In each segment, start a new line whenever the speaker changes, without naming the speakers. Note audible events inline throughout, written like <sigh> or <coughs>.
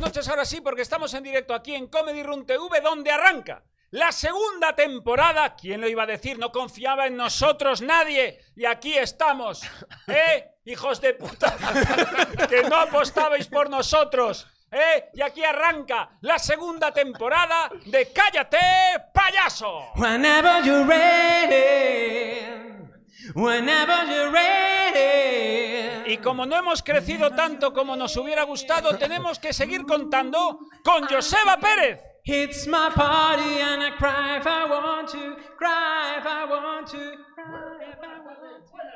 noches ahora sí, porque estamos en directo aquí en Comedy Room TV, donde arranca la segunda temporada. ¿Quién lo iba a decir? No confiaba en nosotros nadie. Y aquí estamos, ¿eh? Hijos de puta, <laughs> que no apostabais por nosotros. ¿Eh? Y aquí arranca la segunda temporada de Cállate, payaso.
Whenever you're ready, whenever you're ready.
Y como no hemos crecido tanto como nos hubiera gustado, tenemos que seguir contando con Joseba Pérez.
It's my party and I cry if I want to, cry if I want to.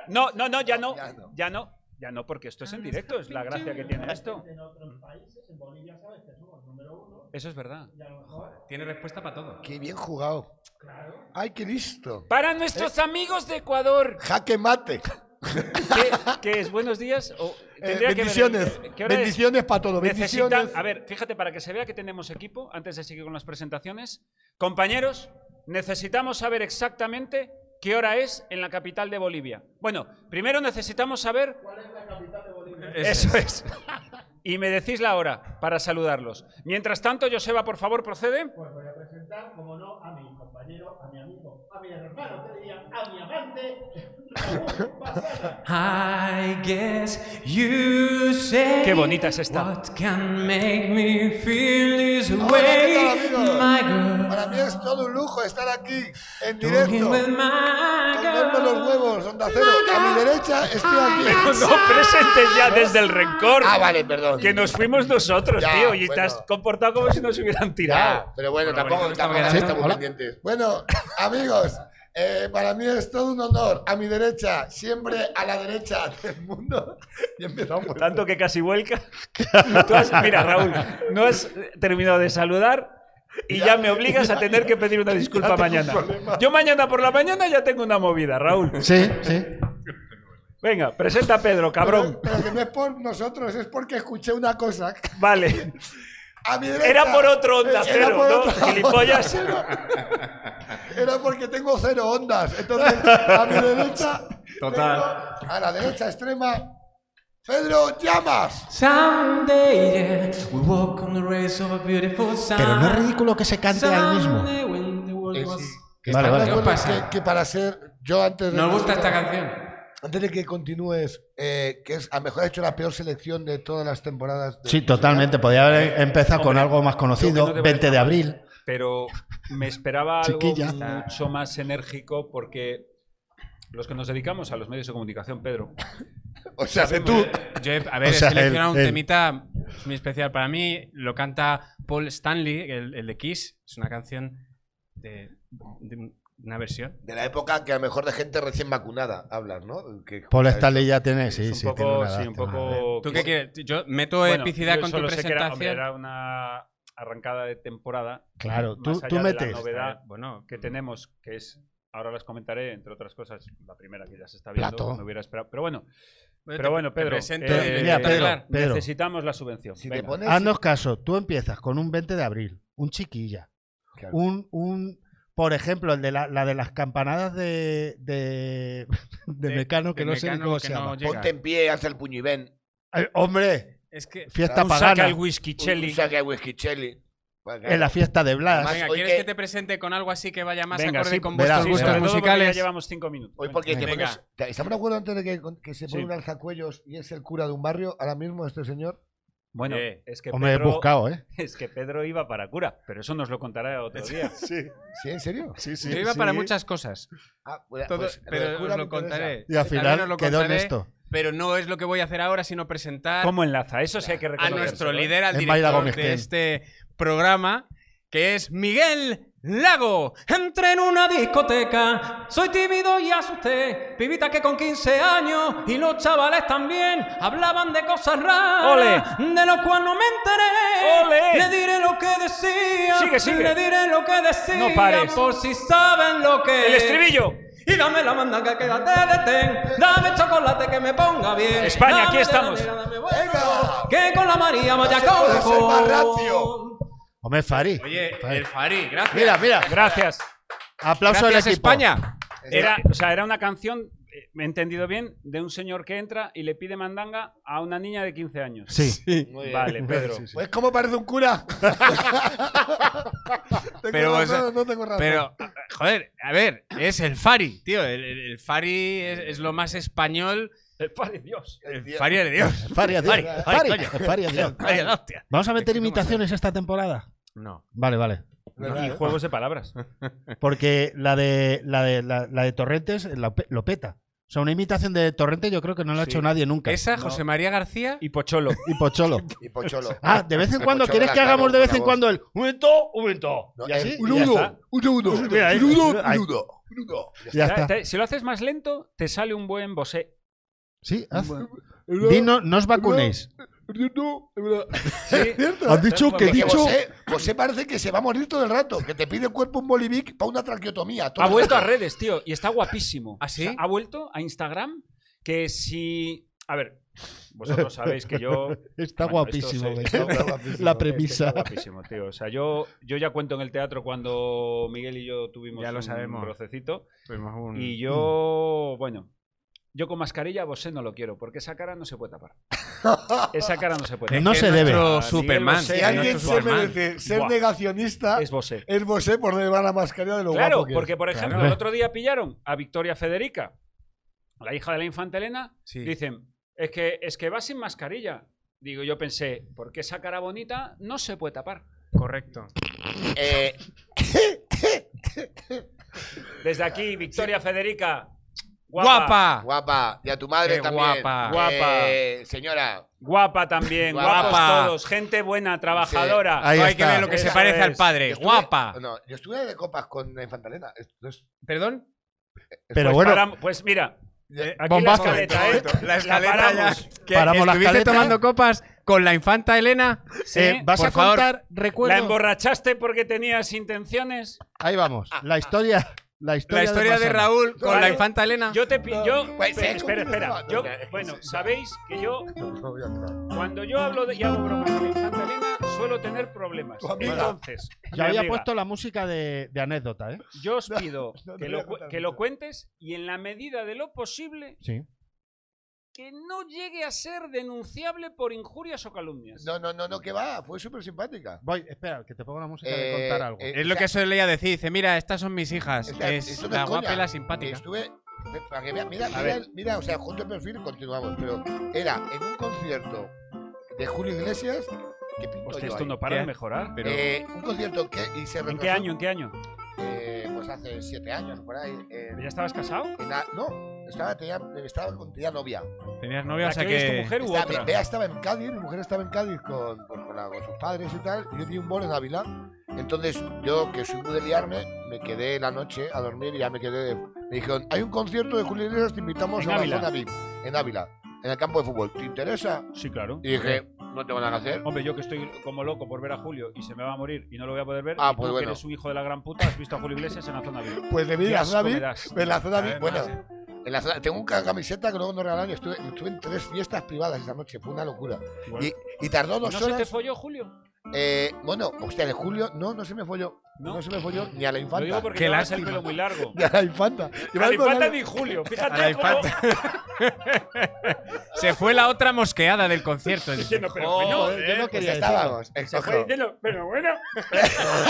No, no, no, ya no, ya no, ya no, porque esto es en directo, es la gracia que tiene esto.
En otros países, en Bolivia sabes que somos número uno
Eso es verdad.
y a lo mejor
Tiene respuesta para todo.
Qué bien jugado. Ay, qué listo.
Para nuestros amigos de Ecuador,
Jaque mate.
¿qué, qué es? ¿Buenos días? O-
Eh,
tendría que ver-
bendiciones.
¿qué hora es?
Bendiciones para todos.
Necesitan-
Bendiciones.
a ver, fíjate, para que se vea que tenemos equipo, antes de seguir con las presentaciones, compañeros, necesitamos saber exactamente qué hora es en la capital de Bolivia. Bueno, primero necesitamos saber... Eso es. Y me decís la hora para saludarlos. Mientras tanto, Joseba, por favor, procede.
pues voy a presentar, como no, a mi compañero, a mi amigo, a mi hermano, te diría, a mi amante, Raúl Pasada.
I guess you say
Qué bonita es esta.
What can make me feel this
Hola,
way,
¿qué tal,
my
amigos?
girl?
Para mí es todo un lujo estar aquí en
Talking
directo.
with my
Contando los
girl.
huevos, onda cero. A mi derecha estoy
<laughs> No,
aquí.
no presentes ya desde el rencor.
Ah, vale, perdón.
Que nos fuimos nosotros,
Ya,
tío, y te
bueno.
has comportado como si nos hubieran tirado.
Ya, pero bueno, tampoco,
estamos
tampoco
quedando.
estamos
Hola.
pendientes. Bueno, amigos, eh, para mí es todo un honor. A mi derecha, siempre a la derecha del mundo. <laughs> Y empezamos.
Tanto que casi vuelca. <laughs> Tú has- mira, Raúl, no has terminado de saludar y ya,
Ya,
me obligas a tener que pedir una disculpa
tengo un
mañana.
problema.
Yo mañana por la mañana ya tengo una movida, Raúl.
Sí, sí.
Venga, presenta a Pedro, cabrón.
Pero, pero que no es por nosotros, es porque escuché una cosa.
Vale.
A mi derecha.
Era por otro onda
Era
cero,
por
¿no?
otra onda
Gilipollas.
cero. Era porque tengo cero ondas. Entonces, a mi derecha.
Total.
tengo a la derecha extrema. Pedro Llamas.
Someday, yeah, we walk on the rays of a beautiful sun.
Pero
Ah.
no es ridículo que se cante al mismo.
Someday when the world was-
Vale, vale.
¿Te
¿Qué
acuerdas
pasa?
Que, que para ser. Yo antes de,
Nos gusta esta canción.
antes de que continúes, eh, que es a lo mejor he hecho la peor selección de todas las temporadas. de-
Sí, totalmente. Podía haber empezado con algo más
yo que no
conocido.
te voy a
20 de abril.
Pero me esperaba algo
Chiquilla.
mucho más enérgico porque los que nos dedicamos a los medios de comunicación, Pedro,
O sea, de tú.
Yo he, a ver,
<laughs> O sea,
he seleccionado
el-
un
el-
temita muy especial para mí. Lo canta Paul Stanley, el, el de Kiss. Es una canción de, de una versión.
De la época que a lo mejor de gente recién vacunada hablas, ¿no? Que-
Paul Stanley ya tiene, sí,
es
sí.
un
tiene
poco,
una edad,
sí, un
tiene una edad.
poco.
¿Tú qué quieres? Yo meto
Bueno,
epicidad
yo
con tu
solo sé que era-
presentación.
hombre, era una arrancada de temporada
Claro,
más
tú,
allá
tú
de la
metes.
novedad
bueno, mm.
que tenemos, que es, ahora las comentaré, entre otras cosas, la primera que ya se está viendo,
Plato.
me hubiera esperado. Pero bueno,
bueno,
pero bueno, Pedro,
presento
eh,
el-
mira,
el-
Pedro,
el-
Pedro.
necesitamos la subvención.
Si te
Venga.
pones.
Haznos caso. Tú empiezas con un 20 de abril, un chiquilla.
Claro.
Un, un por ejemplo, el de la, la de las campanadas de, de, <laughs> de
De-
Mecano, que
de
no sé ni
Mecano,
cómo
que
se
no
llama.
llega.
Ponte en pie, haz el puño y ven.
Eh, hombre,
Es que,
fiesta
Un saca
pagana.
al whisky
Un
chelly.
saque de whisky chelly. Bueno,
En la fiesta de Blas.
Además,
venga,
hoy
¿quieres
que-
que... te presente con algo así que vaya más
Venga,
acorde
sí,
con
verá,
vuestros
sí,
sobre
gustos
todo porque ya
musicales?
llevamos cinco minutos.
Hoy
Venga.
porque te
Venga.
pones- te- ¿Estamos de acuerdo antes de que, que se pone
Sí.
un alzacuellos y es el cura de un barrio ahora mismo este señor?
Bueno,
Eh,
es que,
Hombre, he
Pedro,
buscado, ¿eh?
<laughs> es que Pedro iba para cura, pero eso nos lo contará otro
<laughs>
día.
¿Sí, en serio?
Yo iba para muchas cosas,
Ah, bueno,
todo-
pues,
pero
del
os lo
me interesa.
contaré.
Y
También
al
os
final
lo
quedó en
contaré,
esto.
Pero no es lo que voy a hacer ahora, sino presentar
¿Cómo enlaza? Eso sí hay que
a
reconocer.
nuestro líder, al
Es Mayra
director
Gómez
de
Ken.
este programa, que es Miguel Lago. Entré en una discoteca, soy tímido y asusté. Pibita que con 15 años y los chavales también hablaban de cosas raras, de lo cual no me enteré.
Ole.
Le diré lo que decía,
Sigue, sigue.
le diré lo que decía,
No pares.
por si saben lo que
¡El
es.
estribillo!
Y dame la mandanga que la te detén. Dame chocolate que me ponga bien.
España, aquí
Dame,
estamos.
dame, dame, bueno,
Venga.
Que con la María vaya
se puede ser
cojo.
más ratio.
Hombre, Fari.
Oye,
Fari.
el Fari, gracias.
Mira, mira.
Gracias.
Aplauso al
gracias
equipo.
España.
Era, o sea, era una canción eh, me he entendido bien, de un señor que entra y le pide mandanga a una niña de 15 años.
Sí.
Muy bien.
Vale, Pedro.
Pues como parece un
<laughs>
cura. Tengo
Pero, o sea,
razón, no tengo razón.
Pero, a- a- joder, a ver, es el Fari, tío. El, el- el Fari es, es lo más español.
El padre Dios.
El
eh,
Fari de Dios. <laughs>
Faria, tío.
Fari, Fari,
Faria,
coño.
<laughs> Faria, tío.
Fari de la hostia.
Vamos a
Es
meter
que no me
imitaciones esta temporada.
No.
Vale, vale.
¿Verdad,
Y
eh?
juegos de palabras.
Porque la de la de la, la de Torrentes eh, la pe- lo peta. O sea, una imitación de Torrentes yo creo que no la ha
Sí.
hecho nadie nunca.
Esa, José María García.
Y Pocholo.
Y Pocholo.
Y Pocholo.
Ah, de vez en
Y
cuando
Pocholo
quieres
la
que
cara
hagamos de
con
vez
la
en
voz.
cuando el un momento, un momento.
No,
y
el-
así.
un
y ya
uno,
está.
un uno, un
Mira, ahí.
uno,
Ahí.
un uno, un uno.
Ya está.
Te- Si lo haces más lento, te sale un buen bosé.
Sí, haz. Dino, no os vacunéis.
Sí.
Has dicho
Pues
que
Porque José, José parece que se va a morir todo el rato, que te pide el cuerpo un bolivic para una traqueotomía. todo
Ha
el
vuelto a
rato.
redes, tío, y está guapísimo.
¿Ah, sí?
O sea, ha vuelto a Instagram que si... A ver, vosotros sabéis que yo...
Está
Bueno, esto
guapísimo.
sí,
güey.
está
La
Es que está
premisa.
guapísimo, tío. O sea, yo, yo ya cuento en el teatro cuando Miguel y yo tuvimos
Ya lo
un
sabemos.
brocecito.
Pues más un-
Y yo, bueno, yo con mascarilla a Bosé no lo quiero, porque esa cara no se puede tapar. Esa cara no se puede tapar.
No
que
se debe.
nuestro
Ah, Miguel
Superman.
Bosé,
Si
Sí,
alguien
no,
se
Superman.
merece ser
Buah.
negacionista,
Es Bosé.
Ah, es José por llevar la mascarilla de lo
Claro,
guapo que es.
porque por ejemplo, el otro día pillaron a Victoria Federica, la hija de la infanta Elena,
Sí.
dicen, es que, es que va sin mascarilla. Digo, yo pensé, porque esa cara bonita no se puede tapar.
Correcto.
<laughs> Eh,
Desde aquí, Victoria Federica, guapa,
¡Guapa!
Guapa. Y a tu madre
Qué
también.
guapa.
Guapa.
Eh, señora.
guapa también,
Guapa.
guapos todos, gente buena, trabajadora.
Ahí
Hay que
está.
ver lo que se
Eso
parece
es.
al padre.
yo estuve-
¡Guapa!
No, yo estuve de copas con la infantalena. Esto es-
¿Perdón?
Pero
Pues
bueno,
para- pues mira, aquí
Bombazo.
la escaleta, ¿eh?
La escaleta ya.
paramos.
Que
Paramos la
estuviste
escaleta.
tomando copas con la infanta Elena.
Sí.
eh, vas
por
a
favor.
contar
¿La
recuerdo.
emborrachaste porque tenías intenciones?
Ahí vamos. La historia. La historia,
La historia de
Pasana.
Raúl con
Vale.
la infanta Elena.
Yo te pi- yo
Pues,
espera,
eh,
espera, espera. Yo, bueno, sabéis que yo cuando yo hablo de, y hago bromas de Santa Elena suelo tener problemas.
Tu amiga.
Entonces, mi
Yo había
amiga,
puesto la música de, de anécdota, ¿eh?
yo os pido
no te
que,
voy
lo,
a contar
cu- que lo
mucho.
cuentes y en la medida de lo posible
Sí.
que no llegue a ser denunciable por injurias o calumnias.
No, no, no, no, que va. Fue súper simpática.
Voy, espera, que te pongo la música de
Eh,
contar algo.
eh,
Es lo que solía decir. Dice, mira, estas son mis hijas.
Esta-
Es
esto no
la
es
guapa y
coña.
la
Que
simpática.
estuve. Para que vea- mira, mira, mira, o sea, junto al perfil continuamos, pero era en un concierto de Julio Iglesias que pintó
Hostia,
yo
esto
ahí.
no para de
¿Qué?
mejorar.
Pero-
Eh, un concierto que y se
¿En
retrasó,
qué año? ¿En qué año?
eh, pues hace siete años, por ahí. en-
¿Ya estabas casado?
en la- no, estaba, tenía, estaba con tía novia.
Tenías novia,
¿La
o sea
que hoy es tu
que.
mujer u
Estaba-
otra?
Bea estaba en Cádiz, mi mujer estaba en Cádiz con, pues, con, la- con sus padres y tal, y yo tenía un bol en Ávila. Entonces, yo, que soy muy de liarme, me quedé la noche a dormir y ya me quedé. de- Me dijeron, hay un concierto de Julio Iglesias, te invitamos
¿En
a la
Ávila?
zona VIP, en Ávila, en el campo de fútbol. ¿Te interesa?
Sí, claro.
Y dije, no tengo nada que hacer.
Hombre, yo que estoy como loco por ver a Julio y se me va a morir y no lo voy a poder ver.
Ah,
y tú,
pues
que
bueno.
eres un hijo de la gran puta, has visto a Julio Iglesias en la zona VIP.
pues de
Qué
vida,
asco
zona
me
VIP,
das.
en la zona VIP,
Bueno,
bueno,
en la zona- tengo una camiseta que luego no regalaron y estuve, estuve en tres fiestas privadas esa noche, fue una locura.
Bueno. Pues
Y, y tardó
¿No
dos
se te
horas.
folló, Julio?
eh, bueno, hostia, de julio, no, no se me folló.
No.
No, se me folló ni a la
Lo
infanta.
digo
<laughs>
porque
Qué
llevas el
lástima.
pelo muy largo.
de la
<laughs>
infanta. Y
A
vas
la
con
infanta
la-
ni Julio, fíjate
A la
cómo-
infanta. Se fue la otra mosqueada del concierto. Dice,
<laughs> Diciendo, pero bueno,
"Joder".
yo no
Pues
quería decirlo.
estábamos,
Se fue
ojo,
diciendo, pero bueno.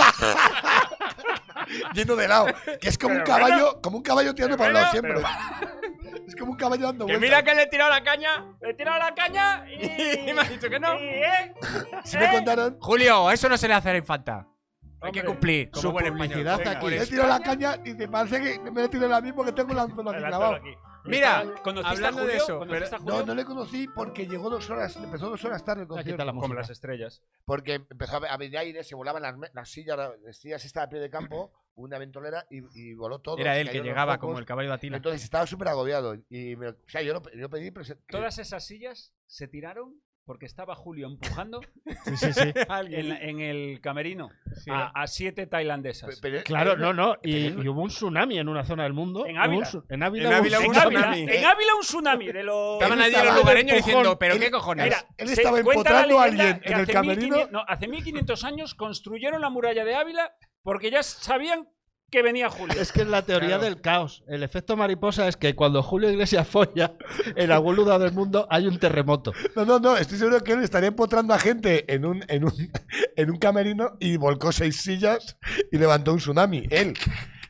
<laughs> lleno de helado, que es como un
Pero
caballo, como un caballo tirando para
pero
un lado siempre. <laughs>
bueno,
Es como un caballo dando
Que
vueltas.
mira que le he tirado la caña.
Le he tirado la caña y.
Y me ha dicho que no.
y, ¿eh?
Si me
¿Eh?
contaron,
Julio, eso no se le hace a la infanta. Hay que
Hombre,
cumplir
como
su buen español.
publicidad
Venga,
aquí.
por
le he
eso.
tirado la caña y te parece que me he tirado la misma que tengo la, la
Adelántalo
grabado.
aquí.
Mira,
Está- ¿conociste
hablando
a Julio?
de eso,
¿Conociste a Julio?
No, no le conocí porque llegó dos horas, empezó dos horas tarde
Ya
el
quita
concierto.
la
Como
música.
las estrellas.
Porque empezó a ve- a venir aire, se volaban las, me- las sillas, la- las sillas estaban a pie de campo, una ventolera y, y voló todo.
Era
se
él que
cayeron los
llegaba
focos.
como el caballo de Atila.
Entonces estaba súper agobiado. Y me- o sea, yo, lo- yo pedí presen- que-
Todas esas sillas se tiraron porque estaba Julio empujando
Sí, sí, sí.
en, la- en el camerino
Sí.
a, a siete tailandesas.
pero-
Claro,
pero-
no, no. Y, y hubo un tsunami en una zona del mundo.
En
Hubo un
Ávila.
tsu- En Ávila.
En
hubo un
Ávila hubo
En
un
tsunami.
Ávila,
tsunami.
en Ávila un tsunami de los.
Estaban allí
estaba
los lugareños
empujón.
diciendo, pero
Él-
qué cojones.
Mira,
Él
se
estaba
cuenta la
empotrando a
leyenda
alguien
que
en el
hace
camerino.
1500 no, hace 1500 años construyeron la muralla de Ávila porque ya sabían que venía Julio.
Es que es la teoría
Claro.
del caos. El efecto mariposa es que cuando Julio Iglesias folla, en algún lugar del mundo hay un terremoto.
No, no, no, estoy seguro que él estaría empotrando a gente en un, <laughs> en un, en un camerino y volcó seis sillas y levantó un tsunami. Él,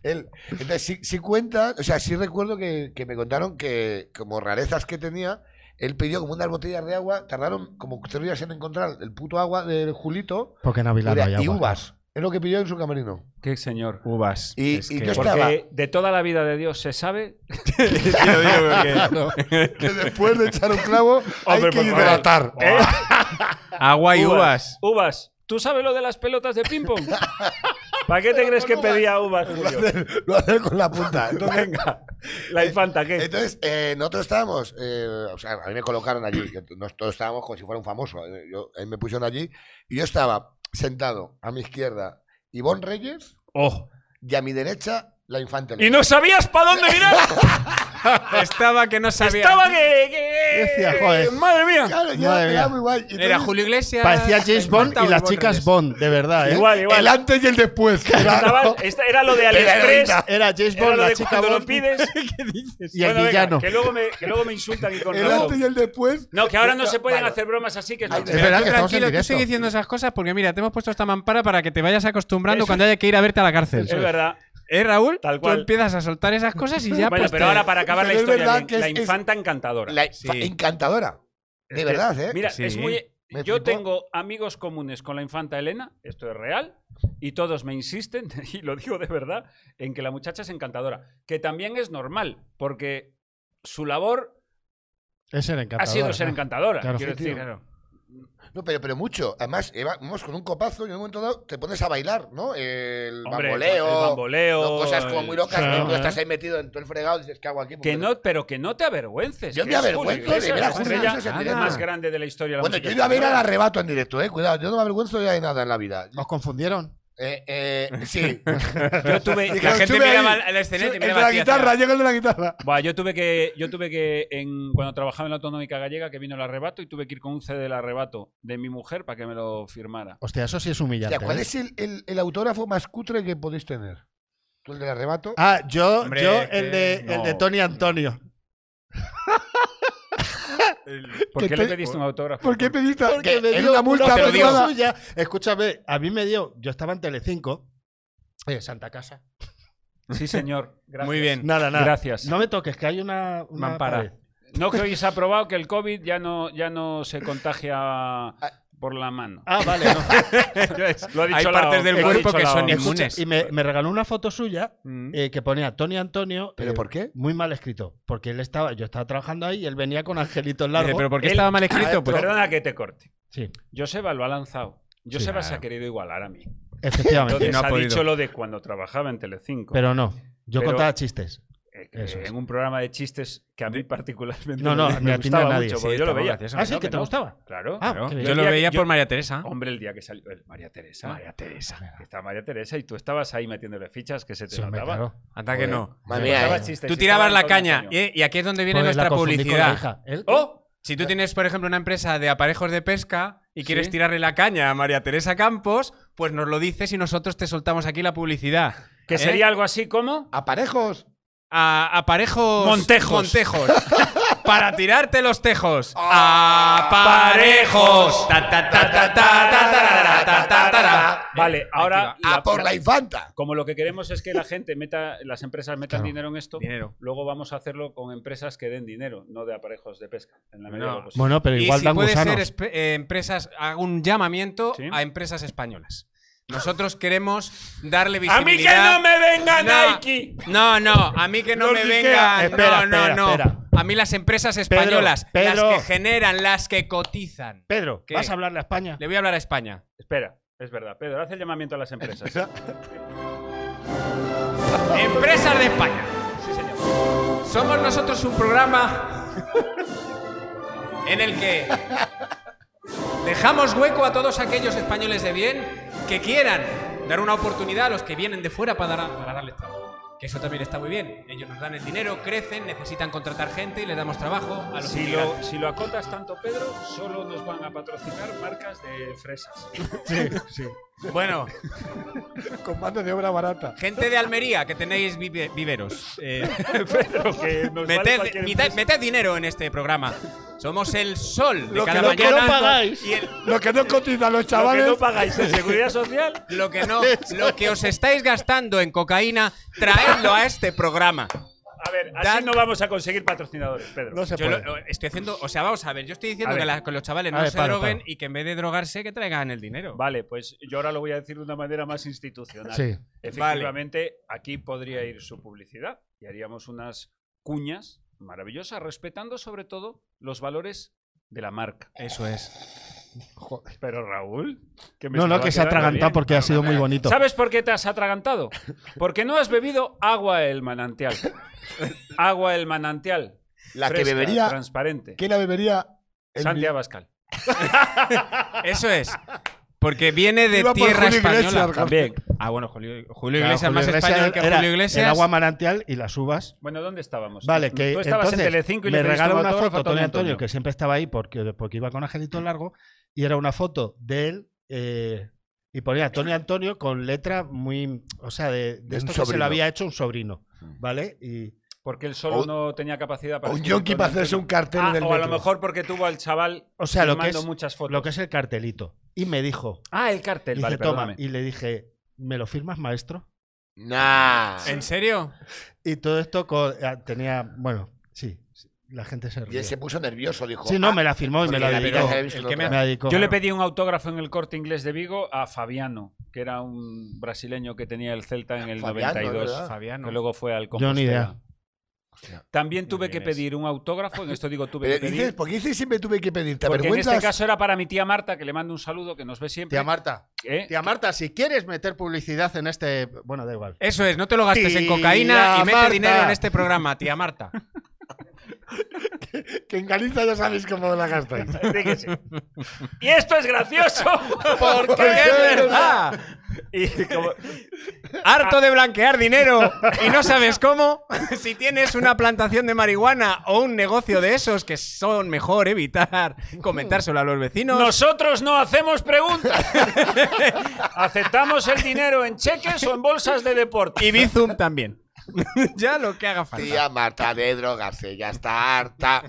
él.
Entonces, sí, sí cuenta, o sea, sí recuerdo que, que me contaron que, eh, como rarezas que tenía, él pidió como unas botellas de agua, tardaron como tres días en encontrar el puto agua de Julito
Porque en Avilá no hay
y
agua.
uvas. Es lo que pidió en su camerino.
Qué señor.
Uvas.
Y-
Es
y
que-
yo
Porque
estaba.
de toda la vida de Dios se sabe.
Te lo digo porque-
que <laughs> después de echar
<laughs>
un clavo, hay
Hombre,
que
por favor.
hidratar.
¿eh?
Agua y uvas.
Uvas. ¿Tú sabes lo de las pelotas de ping-pong? ¿Para qué te crees que pedía uvas, Julio?
<laughs> Lo hacer con la
<laughs>
punta. Entonces,
Venga, la infanta, ¿qué?
Entonces, eh, nosotros estábamos, eh, o sea, a mí me colocaron allí, que nosotros estábamos como si fuera un famoso, eh, yo, a mí me pusieron allí, y yo estaba sentado a mi izquierda Ivonne Reyes
Oh.
y a mi derecha la Infante
¿Y
Elena.
no sabías para dónde mirar?
Ah, Estaba que no sabía.
Estaba que... que-
Decía, joder.
Madre mía.
Claro, yo
Madre
era
mía.
muy guay. Y
Era
entonces,
Julio Iglesias.
Parecía James Bond
Infanta
y las
Ivonne
chicas
Reyes.
Bond, de verdad, ¿eh?
Igual,
<laughs>
igual.
El antes y el después. que era-
Estabas-
<laughs>
esta- era lo de AliExpress.
heroína.
Era James
Era
Bond,
lo
la
de
chica
cuando lo
Bond
<laughs>
pides.
y el
Bueno, venga,
villano.
que, luego me, que luego me insultan y con
el
razón.
antes y el después.
No, que ahora no se pueden
Vale.
hacer bromas así, que es
Ay,
mentira.
Es
Pero
verdad
tú
que estamos en
tranquilo, tú
directo.
sigue diciendo esas cosas porque mira, te hemos puesto esta mampara para que te vayas acostumbrando cuando haya que ir a verte a la cárcel.
Es verdad.
¿Eh, Raúl?
Tal
Tú
cual.
empiezas a soltar esas cosas y ya
Bueno,
pues,
pero
te-
ahora para acabar la
Pero es
historia,
verdad
bien,
que es-
la
es-
infanta encantadora.
La
Sí.
fa- encantadora. De verdad, ¿eh?
Mira,
Sí.
es muy.
Me
Yo
flipó.
tengo amigos comunes con la infanta Elena, esto es real, y todos me insisten, <laughs> y lo digo de verdad, en que la muchacha es encantadora. Que también es normal, porque su labor
Es el
ha sido ser encantadora.
Claro,
quiero
sí,
decir.
No, pero, pero mucho. Además, eh, vamos con un copazo y en un momento dado te pones a bailar, ¿no? Eh, El
Hombre,
bamboleo.
el bamboleo,
¿no? Cosas como muy locas,
claro,
¿no? Tú
¿eh?
estás ahí metido en todo el fregado y dices, ¿qué hago aquí?
Que
Porque-
no, pero que no te avergüences.
Yo
que
me
es Julio
avergüenzo de
Iglesias,
ver a
la
Julio
estrella
Iglesias en directo.
más grande de la historia. de la
Bueno,
música
yo he ido a ver al
española.
arrebato en directo, ¿eh? Cuidado, yo no me avergüenzo ya de nada en la vida.
Os confundieron.
Eh, eh, sí.
Yo
<laughs>
tuve,
Dije,
La
Claro,
gente
sube
miraba
ahí.
al- al escenario y te
El de
miraba
la
a ti,
guitarra,
hacía-
llega el de la guitarra.
Buah, yo tuve que, yo tuve que en, cuando trabajaba en la autonómica gallega, que vino el arrebato y tuve que ir con un CD del arrebato de mi mujer para que me lo firmara.
Hostia, eso sí es
O
humillante.
sea, ¿Cuál
¿eh?
es el, el- el autógrafo más cutre que podéis tener? ¿Tú el del arrebato?
Ah, yo,
Hombre,
yo
que-
el, de, el de
no.
Tony Antonio.
¿Por
Que
qué le
te-
pediste un autógrafo?
¿Por qué pediste? que
me
era
dio
una multa
foto
privada.
suya. Escúchame, a mí me dio. Yo estaba en Telecinco. Eh, Santa Casa.
Sí, señor. Gracias.
Muy bien.
Nada, nada.
Gracias.
No me toques, que hay una. una
Mampara.
pared.
No que hoy se ha probado que el COVID ya no, ya no se contagia por la mano.
Ah, vale,
<laughs>
no.
Lo ha dicho
Hay
la
partes
O,
del
lo ha
cuerpo
dicho
que
la
son
O.
inmunes.
Escucha, y me, me regaló una foto suya
Mm.
eh, que ponía Tony Antonio.
¿Pero
eh,
por qué?
Muy mal escrito. Porque él estaba, yo estaba trabajando ahí y él venía con angelitos
Dice,
largos.
pero ¿por qué
Él-
estaba mal escrito? Pues,
Perdona que te corte.
Sí,
Joseba lo ha lanzado. Joseba se
Claro.
ha querido igualar a mí.
efectivamente.
Entonces
no ha
ha,
podido.
dicho lo de cuando trabajaba en Telecinco.
pero no. Yo
Pero-
contaba chistes.
Eh,
Eso
eh,
es.
en un programa de chistes que a mí particularmente
No, no, ni
me
a ti ni a
gustaba
nadie.
mucho,
Sí,
porque yo lo
estaba
veía.
gracioso.
Ah, sí, que te
no.
gustaba.
Claro.
Ah,
claro.
qué bien.
Yo lo
El día
veía
que-
por
yo-
María Teresa.
Hombre, el día que salió el María Teresa.
María Teresa.
que Estaba María Teresa y tú estabas ahí metiéndole fichas que se te
Sí, hombre,
notaba.
claro.
Anda que no.
Madre
Me
mía,
contaba
eh.
chistes
Tú
y
tirabas
estaba
la
Antonio
caña.
Antonio.
¿eh? Y aquí es donde viene
Pues la
nuestra
confundí con la
publicidad.
hija. ¿El qué?
¡Oh!
Si tú tienes, por ejemplo, una empresa de aparejos de pesca y quieres
Sí.
tirarle la caña a María Teresa Campos, pues nos lo dices y nosotros te soltamos aquí la publicidad.
Que
¿Eh?
sería algo así como.
¿Aparejos?
A aparejos.
Montejos. <laughs>
Montejos. Para tirarte los tejos.
Ah,
Aparejos. Ta, ta, ta, ta, ta, ta, ta, ta, ta, ta, ta, ta.
Vale, ahora.
A
la-
por
la-
la infanta.
Como lo que queremos es que la gente meta, las empresas metan dinero en esto,
Dinero.
luego vamos a hacerlo con empresas que den dinero, no de aparejos de pesca. En la medida
No.
de lo posible.
Bueno, pero igual
y si
dan
puede
gusanos.
ser espe- eh, empresas, hago un llamamiento
Sí.
a empresas españolas. Nosotros queremos darle
¡A mí que
visibilidad.
no me venga
No.
Nike!
No, no, a mí que no
Los
me
Ikea.
vengan. no,
Espera,
no,
espera,
no.
espera.
A mí las empresas españolas,
Pedro.
las que generan, las que cotizan.
Pedro,
¿Qué?
¿vas a hablarle a España?
Le voy a hablar a España.
Espera, es verdad. Pedro, haz el llamamiento a las empresas.
Empresas de España.
Sí, señor.
Somos nosotros un programa en el que dejamos hueco a todos aquellos españoles de bien que quieran dar una oportunidad a los que vienen de fuera para, dar- para darles trabajo. Que eso también está muy bien. Ellos nos dan el dinero, crecen, necesitan contratar gente y les damos trabajo a los
Si
inmigrantes.
lo, si lo acotas tanto, Pedro, solo nos van a patrocinar marcas de <laughs> fresas.
Sí, sí.
Bueno,
Con mano de obra barata.
gente de Almería, que tenéis vive- viveros. eh,
Pedro, que nos Pues vale
<laughs> meted,
cualquier
mitad-
empresa.
meted dinero en este programa. Somos el sol de
Lo que
cada
no- que no
mañana.
pagáis.
Y el-
Lo que no cotizan los
Lo que
chavales.
no pagáis en seguridad social,
lo que no, lo que os estáis gastando en cocaína, traedlo a este programa.
a ver, así
Dan-
no vamos a conseguir patrocinadores, Pedro.
No se
Yo
puede.
lo- eh, estoy haciendo, o sea, vamos a ver, yo estoy diciendo
A
que,
ver.
la- que los chavales
A
no
ver,
se
para,
droguen
para.
y que en vez de drogarse que traigan el dinero.
Vale, pues yo ahora lo voy a decir de una manera más institucional.
Sí.
Efectivamente, aquí podría ir su publicidad y haríamos unas cuñas maravillosas, respetando sobre todo los valores de la marca.
Eso es.
Pero Raúl, que me
No, no,
estaba
que se ha
quedando
atragantado
bien.
porque ha sido muy bonito.
¿Sabes por qué te has atragantado? Porque no has bebido agua del manantial. Agua del manantial.
La que
fresca,
bebería.
Transparente.
¿Quién la bebería? El
Santiago Abascal.
Eso es. Porque viene de
Iba por
tierra
Julio
española.
Iglesias,
También.
Ah, bueno, Julio, Julio
Claro,
Iglesias
Julio
más
Iglesias
español que
era
Julio Iglesias.
El agua manantial y las uvas.
Bueno, ¿dónde estábamos?
Vale, que
Tú estabas
entonces,
en Telecinco y
me
le pediste
regala
un
una
autógrafo
foto
a
a Tony Antonio, que siempre estaba ahí porque, porque iba con Angelito Largo, y era una foto de él eh, y ponía Tony Antonio con letra muy, o sea, de, de
De
esto que
un
se
sobrino. Mm.
lo había hecho un sobrino, ¿vale? Y
Porque él solo
O-
no tenía capacidad para...
Un
escribir
yonki
todo
para
el
hacerse
tema.
un cartel
Ah,
en el
o a lo
metro.
mejor porque tuvo al chaval
o sea, lo que,
filmando
es,
muchas fotos.
lo que es el cartelito. Y me dijo,
Ah, el cartel.
dice,
vale,
toma,
perdóname.
y le dije, ¿me lo firmas, maestro?
Nah.
¿En serio?
Y todo esto co- ah, tenía, bueno, sí, sí, la gente se
Y
rió.
él se puso nervioso, dijo.
Sí, no,
"Ah,
me la firmó y me
porque
la
la
dedicó.
verdad es que
El que me-
Me la dedicó.
Yo le pedí un autógrafo en el corte inglés de Vigo a Fabiano, que era un brasileño que tenía el Celta en el
Fabiano,
92.
¿verdad?
Que luego fue al
Yo ni idea.
Compostela. También tuve que
vienes.
pedir un autógrafo, en esto digo tuve
Pero
que
dices,
pedir.
¿Por qué dices siempre tuve que pedir? ¿Te
Porque en
avergüenzas?
este
<laughs>
caso era para mi tía Marta, que le mando un saludo, que nos ve siempre.
Tía Marta.
¿Eh?
Tía Marta, si quieres meter publicidad en este. Bueno, da igual.
Eso es, no te lo gastes en
Tía
cocaína y mete
Marta.
dinero en este programa, tía Marta.
Que en Galicia ya sabéis cómo la gastáis.
Sí que sí. <laughs> Y esto es gracioso.
Porque es verdad.
Y como-
Harto de blanquear dinero y no sabes cómo. <laughs> Si tienes una plantación de marihuana o un negocio de esos que son mejor evitar comentárselo a los vecinos.
Nosotros no hacemos preguntas. <laughs> ¿Aceptamos el dinero en cheques o en bolsas de deporte?
Y Bizum también. <laughs> ya lo que haga falta.
Tía Marta de drogarse, ya está harta.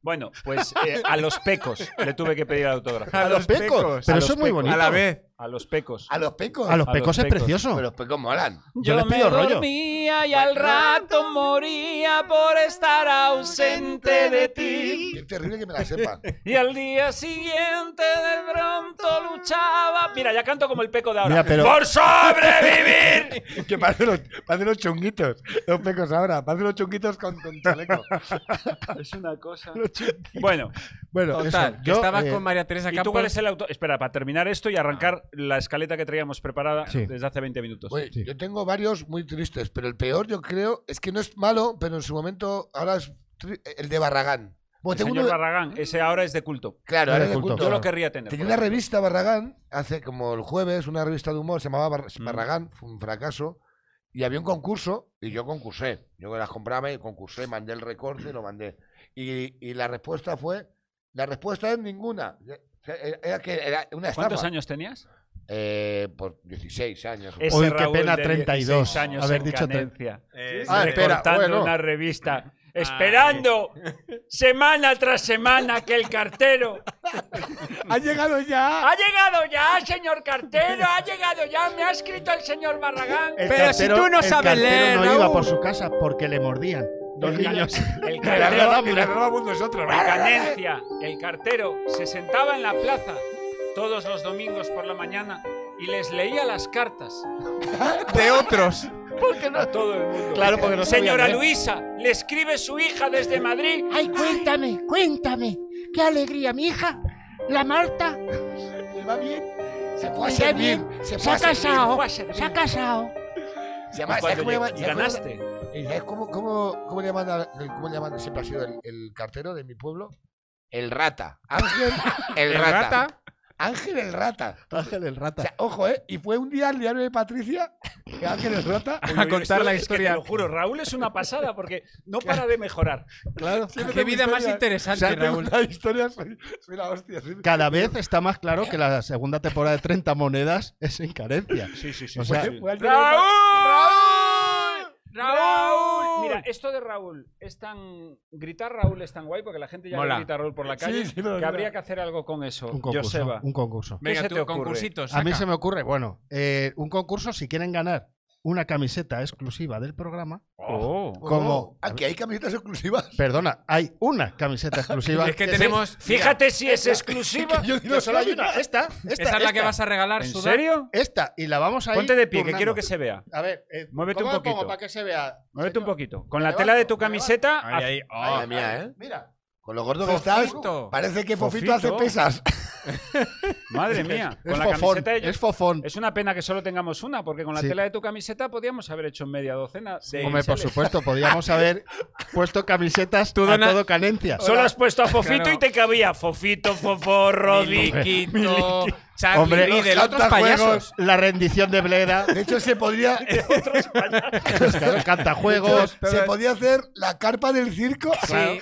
Bueno, pues eh, a los pecos le tuve que pedir el autógrafo.
A los pecos.
Pero
A
eso
los
es muy
pecos.
bonito.
A la vez.
A los pecos.
A los pecos.
A Ah, los
A
pecos
los
es
pecos.
precioso.
Pero los pecos molan.
Yo les pido rollo. <laughs>
dormía y al rato moría por estar ausente de ti.
Qué terrible que me la sepan.
Y al día siguiente de pronto luchaba. Mira, ya canto como el peco de ahora.
Mira, pero-
¡Por sobrevivir!
que parecen los, parecen los chunguitos. Los pecos ahora. Parecen los chunguitos con, con chaleco.
<laughs> es una cosa. Bueno,
Bueno,
Total,
eso,
yo estaba
eh,
con María Teresa
¿y tú cuál es
Campos.
el auto? Espera, para terminar esto y arrancar la escaleta que traíamos preparada
Sí.
desde hace 20 minutos.
Oye, Yo tengo varios muy tristes, pero el peor yo creo es que no es malo, pero en su momento ahora es tri- el de Barragán.
El
Bueno, tengo
señor
uno-
Barragán, ese ahora es de culto.
Era
Claro, ahora
de
de
culto.
culto.
Yo lo querría tener.
<laughs>
por
Tenía una
ejemplo.
revista Barragán, hace como el jueves, una revista de humor, se llamaba Bar-
Mm.
Barragán, fue un fracaso, y había un concurso, y yo concursé. Yo me las compraba y concursé, mandé el recorte y lo mandé. Y, y la respuesta fue, la respuesta es ninguna. O sea, e-, Era, era que era una estafa.
¿Cuántos años tenías?
Eh, por 16 años.
Ese
Uy, qué
Raúl
pena,
de
32
16 años
haber
en
dicho tre-
Canencia.
Eh,
Ah, espera,
recortando
bueno.
una revista, esperando semana tras semana que el cartero.
Ha llegado ya.
¡Ha llegado ya, señor cartero! ¡Ha llegado ya! ¡Me ha escrito el señor Barragán!
el
Pero si
cartero-
tú no
el
sabes
cartero
leer,
No iba
Raúl.
por su casa porque le mordían los
El ca-
niños. <laughs>
El
Y la
cartero,
roba- y la robamos nosotros.
en Canencia, el cartero se sentaba en la plaza todos los domingos por la mañana y les leía las cartas
de otros.
a todo el mundo.
Claro, porque no sabían
Señora
leer.
Luisa, le escribe su hija desde Madrid.
Ay, cuéntame, cuéntame. Qué alegría, mi hija. La Marta
¿Le va bien? Se fue a
está
servir.
bien.
Se
Se
fue a
ha casado.
fue a servir.
Se ha casado.
Se llama- ¿sabes
Cuando
cómo
llegó-
llama-
y
sabes cómo llama-
ganaste.
¿Y sabes cómo, cómo, cómo le llaman al- el- cómo le llaman- siempre ha sido el, el cartero de mi pueblo? El rata. Ángel, el,
El
rata.
rata.
Ángel el Rata.
Ángel el
O
rata.
sea, ojo, ¿eh? Y fue un día al diario de Patricia que Ángel el Rata
Uy, uy,
a contar
esto
la
es que
historia.
te lo juro, Raúl es una pasada porque no para de mejorar.
claro.
Qué vida más
O sea,
interesante,
tengo
Raúl.
una historia, soy, soy la hostia. soy-
Cada vez está más claro que la segunda temporada de 30 monedas es en carencia.
Sí, sí, sí.
O sea,
Fue al diario de
¡Raúl!
¡Raúl! ¡Raúl!
Mira, esto de Raúl es tan. Gritar Raúl es tan guay porque la gente ya
Mola.
grita Raúl por la
Sí,
calle
sí, no,
que
no.
habría que hacer algo con eso.
un concurso.
Joseba.
Un concurso.
¿Qué se
Venga,
te
tú,
ocurre?
concursitos.
A mí
saca.
se me ocurre, bueno, eh, un concurso si quieren ganar una camiseta exclusiva del programa.
Oh.
Como-
Aquí hay camisetas exclusivas.
Perdona, hay una camiseta exclusiva.
Es que tenemos.
Fíjate si es
<laughs>
exclusiva.
Yo
Que solo hay una, esta, esta,
Esa es la que
esta,
vas a regalar,
¿En
sudar.
serio?
Esta, y la vamos a ir
Ponte de pie, que
turnando.
quiero que se vea.
A ver, eh,
Muévete
¿cómo
un
lo pongo
poquito.
para que se vea?
Muévete un
Señor,
poquito. Con la
levanto,
tela de tu
me levanto.
camiseta,
Ay, ay, oh.
Madre mía, ¿eh?
Mira,
Con lo gordo que
Fofito.
estás, parece que Fofito,
Fofito.
hace pesas.
madre mía.
es
Con la
fofón,
camiseta de
es fofón.
Es una pena que solo tengamos una, porque con la
Sí.
tela de tu camiseta podíamos haber hecho media docena. De
Hombre, por
Ixeles.
supuesto,
<laughs>
podríamos haber puesto camisetas
Tú,
a
Dona-
todo canencia.
Solo has puesto a Fofito
Claro.
y te <laughs> cabía Fofito, Foforro, Dicky.
Miliquito, Charlie
Hombre,
y
los
del otros
cantajuegos.
payasos.
La rendición de
<laughs>
Bleda,
<laughs> De hecho, se podría,
los cantajuegos.
se podía hacer la carpa del circo.
Sí.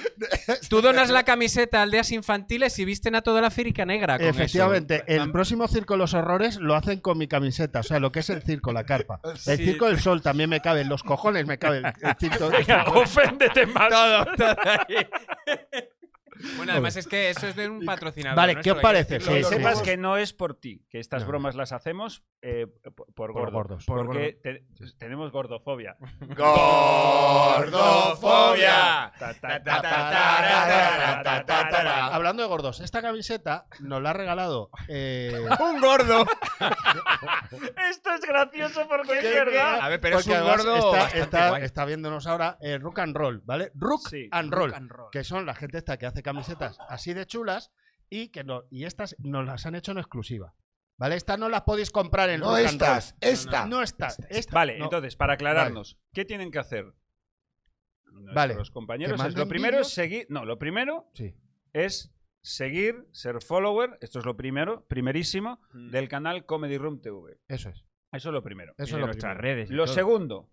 Tú donas la camiseta a aldeas infantiles y visten a toda la firica negra. Con
Efectivamente, el
Am-
próximo circo de los horrores lo hacen con mi camiseta, o sea, lo que es el circo, la carpa. El
Sí.
circo del sol también me cabe, en los cojones me cabe
<laughs>
el, el circo. del
Venga,
sol.
oféndete más. <laughs>
Eso. Bueno, además es que eso es de un patrocinador.
Vale,
nuestro,
¿qué os parece?
hay que
Sí,
Que
decirlo.
sí.
sepas que no es por ti, que estas
No.
bromas las hacemos eh, p- por, gordo,
gordos.
Por
Porque te- tenemos gordofobia.
Gordofobia.
Ta, ta, ta, ta, ta, ta, ta, ta.
Hablando de gordos, esta camiseta nos la ha regalado.
<laughs>
eh, <laughs>
Un gordo.
Esto es gracioso porque es
A
verdad.
ver, pero es
porque
un
además
gordo
está,
bastante
está,
guay.
está viéndonos ahora eh, Rook and Roll, ¿vale? Rook,
Sí,
and, roll,
and roll.
que son la gente esta que hace camisetas así de chulas y que no, y estas nos las han hecho en exclusiva. ¿Vale? Estas no las podéis comprar en
No
Rock and Roll.
estas, esta.
No estas. esta,
Este, Vale,
no.
entonces, para aclararnos, ¿qué tienen que hacer?
Vale,
Los
que
compañeros, es-
manden
lo primero
vídeos.
es seguir. No, lo primero
Sí.
es seguir, ser follower, esto es lo primero, primerísimo,
Mm.
del canal Comedy Room TV.
Eso es.
Eso es lo primero.
Eso es lo
nuestras
primero.
redes. y
Lo
todo.
segundo,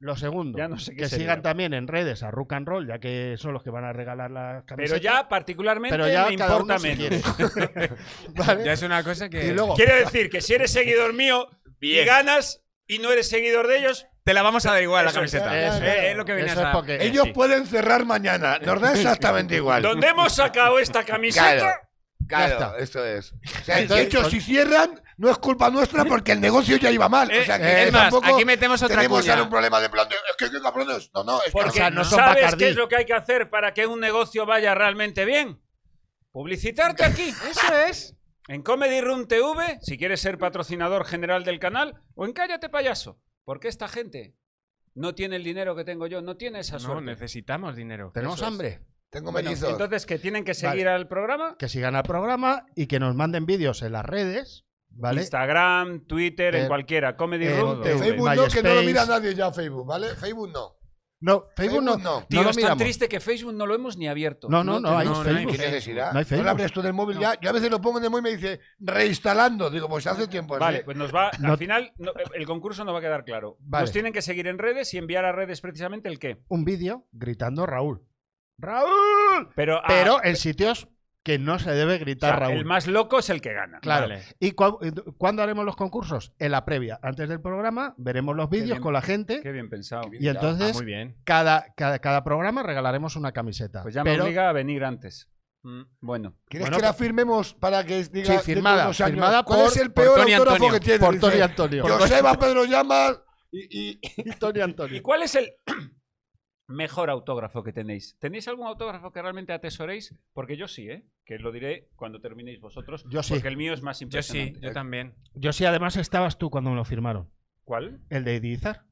Lo segundo,
Ya no sé qué
que
sería.
sigan también en redes a Rook and Roll, ya que son los que van a regalar las
pero
camisetas.
ya particularmente
Pero ya
me
cada
importa
uno si
menos. <laughs>
quiere. ¿Vale?
Ya es una cosa que.
Y luego,
Quiero decir que si eres seguidor mío y ganas y no eres seguidor de ellos,
Te la vamos a dar igual la
Eso es,
camiseta.
eso
Eh,
es.
es lo que venías
Eso es
a-
porque-
Ellos
Sí.
pueden cerrar mañana. Nos da exactamente igual.
¿dónde hemos sacado esta
Claro.
camiseta?
<laughs> Claro,
está.
eso es. O sea, <laughs> de
Entonces,
hecho,
con-
si cierran, no es culpa nuestra porque el negocio ya iba mal.
Eh,
O sea, que
es más,
tampoco
aquí metemos otra
tenemos
cuña.
ahora un problema de plan de, es que qué cabrones. No, no, es que
Porque
o sea,
no son
¿sabes
Bacardí.
qué es lo que hay que hacer para que un negocio vaya realmente bien? Publicitarte aquí.
Eso es.
En Comedy Room TV, si quieres ser patrocinador general del canal, o en Cállate Payaso, porque esta gente no tiene el dinero que tengo yo, no tiene esa
No,
suerte.
necesitamos dinero.
tenemos
Eso es.
hambre.
tengo
Bueno,
mellizos.
Entonces, que tienen que seguir al programa.
Que sigan al programa y que nos manden vídeos en las redes, ¿vale?
Instagram, Twitter,
Eh,
en cualquiera. Comedy
eh,
Room
eh,
TV.
Facebook no, que no lo
MySpace.
mira nadie ya Facebook, ¿vale? Facebook no.
No, Facebook no.
Facebook no.
No
Tío,
lo
es tan
miramos.
triste que Facebook no lo hemos ni abierto.
No, no, no, hay
no, no hay
Facebook.
¿Qué necesidad?
No hay
No
Facebook.
lo abres tú del móvil ya. Yo a veces lo pongo en el móvil y me dice reinstalando. Digo, pues hace tiempo. así.
Vale, pues nos va.
No-
Al final, no- eh, el concurso no va a quedar claro.
Vale.
Nos tienen que seguir en redes y enviar a redes precisamente el qué.
Un vídeo gritando Raúl. ¡Raúl!
Pero, a-
Pero en sitios que no se debe
Ah. o sea,
gritar Raúl.
el más loco es el que gana.
Claro.
Vale.
¿Y cua- eh, cuándo haremos los concursos? En la previa. Antes del programa veremos los vídeos
bien.
con la gente
Qué bien pensado.
y entonces
Ah, muy bien.
cada, cada, cada programa regalaremos una camiseta.
Pues ya me
Pero
obliga a venir antes. Mm, Bueno.
¿Quieres
Bueno,
que la firmemos para que diga dentro de
firmada,
unos años,
firmada
¿Cuál
por-
es el
por
peor
Tony
autógrafo
Antonio,
que tiene?
por Tony
Dice,
Antonio.
Joseba Pedro Llamas y, y-
Tony
¿Y
Antonio.
cuál es el <clears throat> mejor autógrafo que tenéis? ¿Tenéis algún autógrafo que realmente atesoréis? Porque yo sí, ¿eh? Que lo diré cuando terminéis vosotros.
Yo sí.
Porque el mío es más
Yo sí,
impresionante.
yo también.
Yo sí, además estabas tú cuando me lo firmaron.
¿Cuál?
El de Edizar.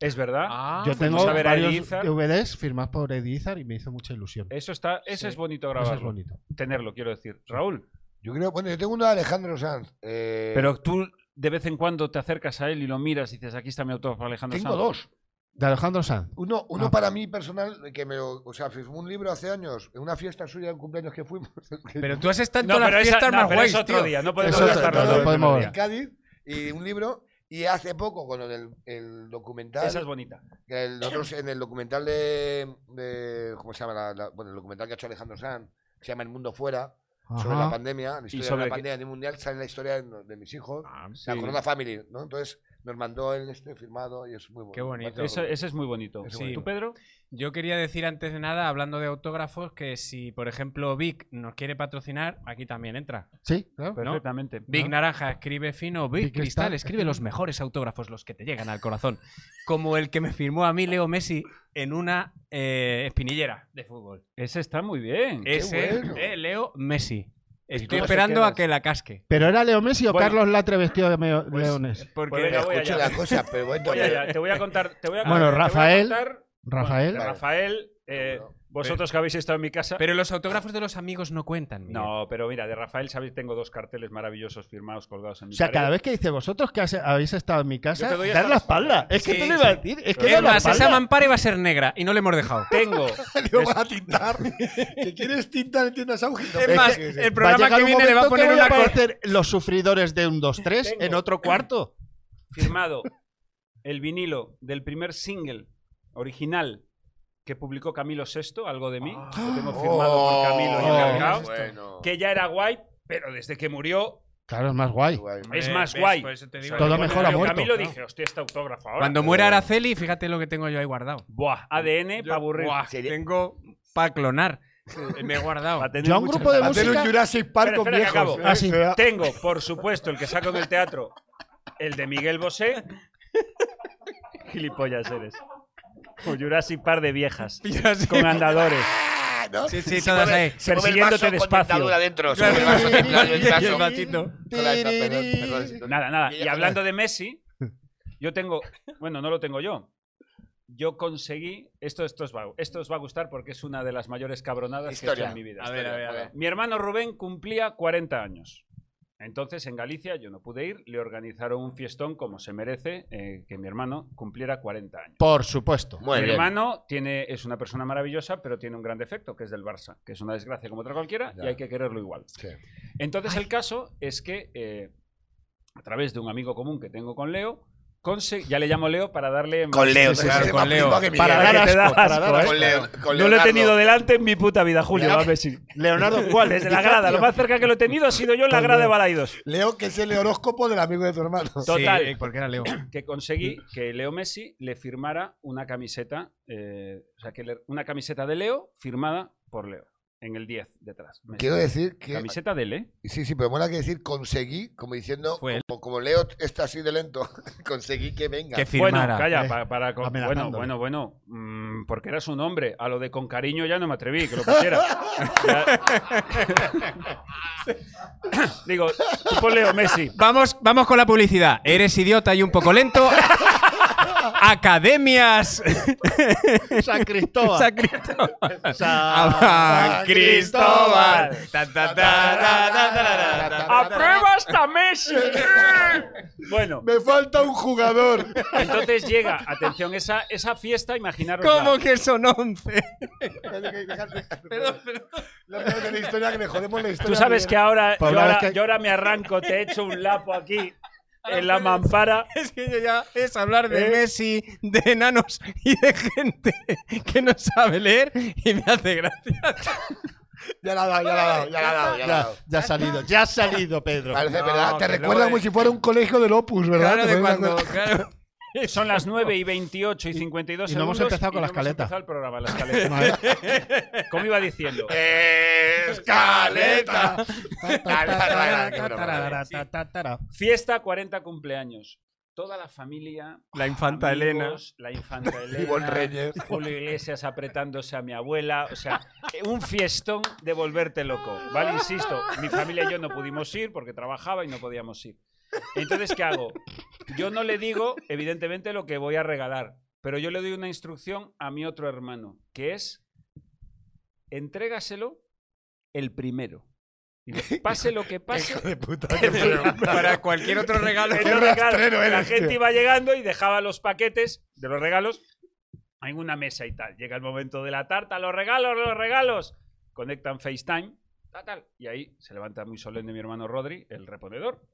Es verdad.
Ah,
Yo
fuimos
tengo
pues a ver a
varios
Edizar.
DVDs firmados por Edizar y me hizo mucha ilusión.
Eso está, eso
Sí.
es bonito
Eso
grabarlo.
es bonito.
Tenerlo, quiero decir. Raúl,
Yo creo, bueno, yo tengo uno de Alejandro Sanz. eh,
pero tú de vez en cuando te acercas a él y lo miras y dices, aquí está mi autógrafo, Alejandro
tengo
Sanz.
dos.
de Alejandro Sanz.
Uno, uno
Ah.
para mí personal, que me lo- o sea, firmó un libro hace años, en una fiesta suya de cumpleaños que fuimos. <laughs>
Pero tú has estado en
No,
todas
pero,
las
esa,
fiestas
no,
más
pero
guays,
es otro
tío.
día. No podemos
Es otro-
gastarlo
no, no
todo.
podemos
otro
ver.
día.
en Cádiz, y un libro, y hace poco con el, el documental.
Esa es bonita.
que el otro se- en el documental de, de- ¿Cómo se llama? La- la- bueno, el documental que ha hecho Alejandro Sanz, que se llama El Mundo Fuera, sobre la
Ajá.
pandemia, la historia
sobre
de
qué-
la pandemia a nivel mundial, sale la historia de, de mis hijos,
Ah,
Sí.
la Corona Family, ¿no? Entonces nos mandó el este firmado y es muy bonito.
Qué bonito.
Me
Eso-
encanta.
ese es muy bonito.
Es
Sí.
bonito.
¿Tú, Pedro?
Yo quería decir antes de nada, hablando de autógrafos, que si, por ejemplo, Vic nos quiere patrocinar, aquí también entra.
Sí, claro.
Pues- Perfectamente.
Big
¿No?
Naranja escribe fino, Big,
Big
Cristal
Cristal,
escribe
<laughs>
los mejores autógrafos, los que te llegan al corazón. Como el que me firmó a mí Leo Messi en una eh, espinillera de fútbol.
pues, Ese está muy bien.
Ese
bueno.
eh, Leo Messi. Estoy
no se
esperando a
quedas.
que la casque.
¿Pero era Leo Messi o
Bueno.
Carlos Latre vestido de meo- leones?
Porque
Pues venga, voy
Escucha
allá.
la cosa, pero bueno,
<laughs> Voy
<laughs>
allá, te voy a contar. Te voy a,
Bueno,
te voy a
Rafael,
contar-
Rafael.
Bueno, Rafael, eh,
Bueno,
vosotros que habéis estado en mi casa.
Pero los autógrafos de los amigos no cuentan. Miguel.
no, pero mira, de Rafael, sabéis, tengo dos carteles maravillosos firmados colgados en
o
mi
sea,
pared.
cada vez que dice vosotros que has- habéis estado en mi
Yo
casa,
te doy
dar
hasta
la
la
espalda. Es que
Sí,
te lo
sí.
iba a decir. Es que
Es
dar la
más, esa
espalda.
mampara iba a ser negra y no le hemos dejado.
Tengo.
Digo, vas a tintar. que quieres tintar en tiendas Augito.
Es más,
que-
el
Va a
programa
llegar
que
un
viene le va a
momento que
poner
voy
una cor-
aparecer los sufridores de un 2-3 en
Tengo.
otro cuarto.
firmado el vinilo del primer single original que publicó Camilo VI, algo de mí. Lo tengo firmado por Camilo y
Ah. Oh.
encargado.
bueno.
Que ya era guay, pero desde que murió
Claro, es más guay.
guay.
es
Eh,
más
ves,
guay.
por eso te digo
O sea,
Todo
cuando
mejor ha
murió
muerto.
Camilo
Claro.
dije, hostia, este autógrafo ahora.
Cuando muera Araceli, fíjate lo que tengo yo ahí guardado.
Buah, ADN para aburrir.
Buah,
Sería-
tengo para clonar. Me he guardado.
Pa' tener
Yo a un
muchas
grupo de
Va a ser un
música.
Jurassic Park
Espera,
con
espera, que
viejos.
acabo.
¿eh?
Ah, sí.
O sea,
Tengo, por supuesto, el que saco en el teatro, el de Miguel Bosé. Gilipollas eres. O Jurassic Park de viejas.
Jurassic-
Con andadores.
Ah, ¿no?
Sí, sí,
Se
todas
mueve-
ahí.
se mueve el
Persiguiéndote
vaso con
despacio.
dentadura <laughs> dentro, se mueve el vaso, claro, el
Y el
vaso.
gatito.
Hola, está, perdón, perdón, sí,
Nada, nada.
Y
Y
ya-
hablando de Messi, yo tengo. Bueno, no lo tengo yo. Yo conseguí. Esto, esto, os, va, esto os va a gustar porque es una de las mayores cabronadas que he
Historia.
hecho en mi vida.
A ver, a ver, a ver.
Mi hermano Rubén cumplía 40 años. Entonces en Galicia yo no pude ir, le organizaron un fiestón como se merece eh, que mi hermano cumpliera 40 años.
Por supuesto.
Muy
mi
bien.
hermano tiene, es una persona maravillosa, pero tiene un gran defecto, que es del Barça, que es una desgracia como otra cualquiera y
Ya.
hay que quererlo igual.
Sí.
Entonces el caso es que eh, a través de un amigo común que tengo con Leo, conse- ya le llamo Leo para darle...
Con Leo,
Sí, sí,
te vas
sí,
a más
sí.
flipado que
Para
Miguel.
dar
Que te
asco,
da
para dar
asco,
asco.
¿eh?
Con Leo- con
No lo he
Leonardo.
tenido delante en mi puta vida, Julio.
Leo-
a ver si-
Leonardo, ¿cuál?
Desde
<laughs>
la grada, lo más cerca que lo he tenido ha sido yo en la grada de Balaidos.
Leo, que es el horóscopo del amigo de tu hermano.
Total.
Sí, eh, porque era Leo.
que conseguí que Leo Messi le firmara una camiseta, eh, o sea, que le- una camiseta de Leo firmada por Leo, en el 10 detrás. Messi.
Quiero decir que
Camiseta de Leo.
Sí, sí, pero mola que decir conseguí, como diciendo,
Fue él.
como, como Leo está así
<laughs>
de lento, conseguí que venga.
Que
Bueno,
firmara.
calla,
eh,
pa- para, con- bueno,
amenazándole.
bueno, bueno, mm, porque era su nombre. A lo de con cariño ya no me atreví, que lo
<laughs>
pusiera. Ya- Digo, tú pon Leo Messi.
Vamos, vamos con la publicidad. Eres idiota y un poco lento. Academias.
<laughs> San Cristóbal.
San Cristóbal. San
San
Cristóbal. Tan, tan, tan, tan, tan, tan, tan, tan.
¡Aprueba hasta
<laughs>
Messi! bueno,
<laughs> Me falta un <laughs> jugador.
entonces llega, atención, esa, esa fiesta, imaginaros.
¿Cómo que son 11?
Perdón, perdón. Lo peor de la historia que le jodemos la historia.
Tú sabes que ahora, yo
Paula,
ahora,
es que-
yo ahora me arranco, te echo un lapo aquí
Ah,
en
pues.
la
<laughs>
mampara.
<laughs> Es que yo ya es hablar de
¿Eh?
Messi, de enanos y de gente que no sabe leer y me hace gracia.
Ya la ha dado, ya la ha dado, ya la ha dado. Ya la ha
Ya,
dado.
ya ha salido, ya ha salido, Pedro.
Parece
No,
verdad,
que
te
luego
recuerda
de-
muy
Como si fuera un colegio del Opus, ¿verdad?
Claro,
¿Te
de
acuerdas
cuando.
<laughs>
Claro.
Son las 9 y 28 y 52
Y no hemos
segundos
empezado con
y
la
no hemos
escaleta.
empezado el programa, la
<laughs>
escaleta. <laughs> Como iba diciendo.
¡Escaleta!
Fiesta 40 cumpleaños. Toda la familia.
La infanta Elena.
amigos, La infanta Elena.
Ivonne Reyes.
Julio Iglesias apretándose a mi abuela. O sea, eh, un fiestón de volverte loco. ¿Vale? Insisto, mi familia y yo no pudimos ir porque trabajaba y no podíamos ir. Entonces, ¿qué hago? Yo no le digo, evidentemente, lo que voy a regalar. Pero yo le doy una instrucción a mi otro hermano, que es entrégaselo el primero.
<laughs>
Y digo, Pase lo que pase,
De
<laughs>
puta.
Para
<laughs>
cualquier otro regalo.
Entonces, claro,
rastrero
la
eres,
gente
tío.
iba llegando y dejaba los paquetes de los regalos en una mesa y tal. Llega el momento de la tarta, los regalos, los regalos. Conectan FaceTime, tal, tal. Y ahí se levanta muy solemne mi hermano Rodri, el reponedor,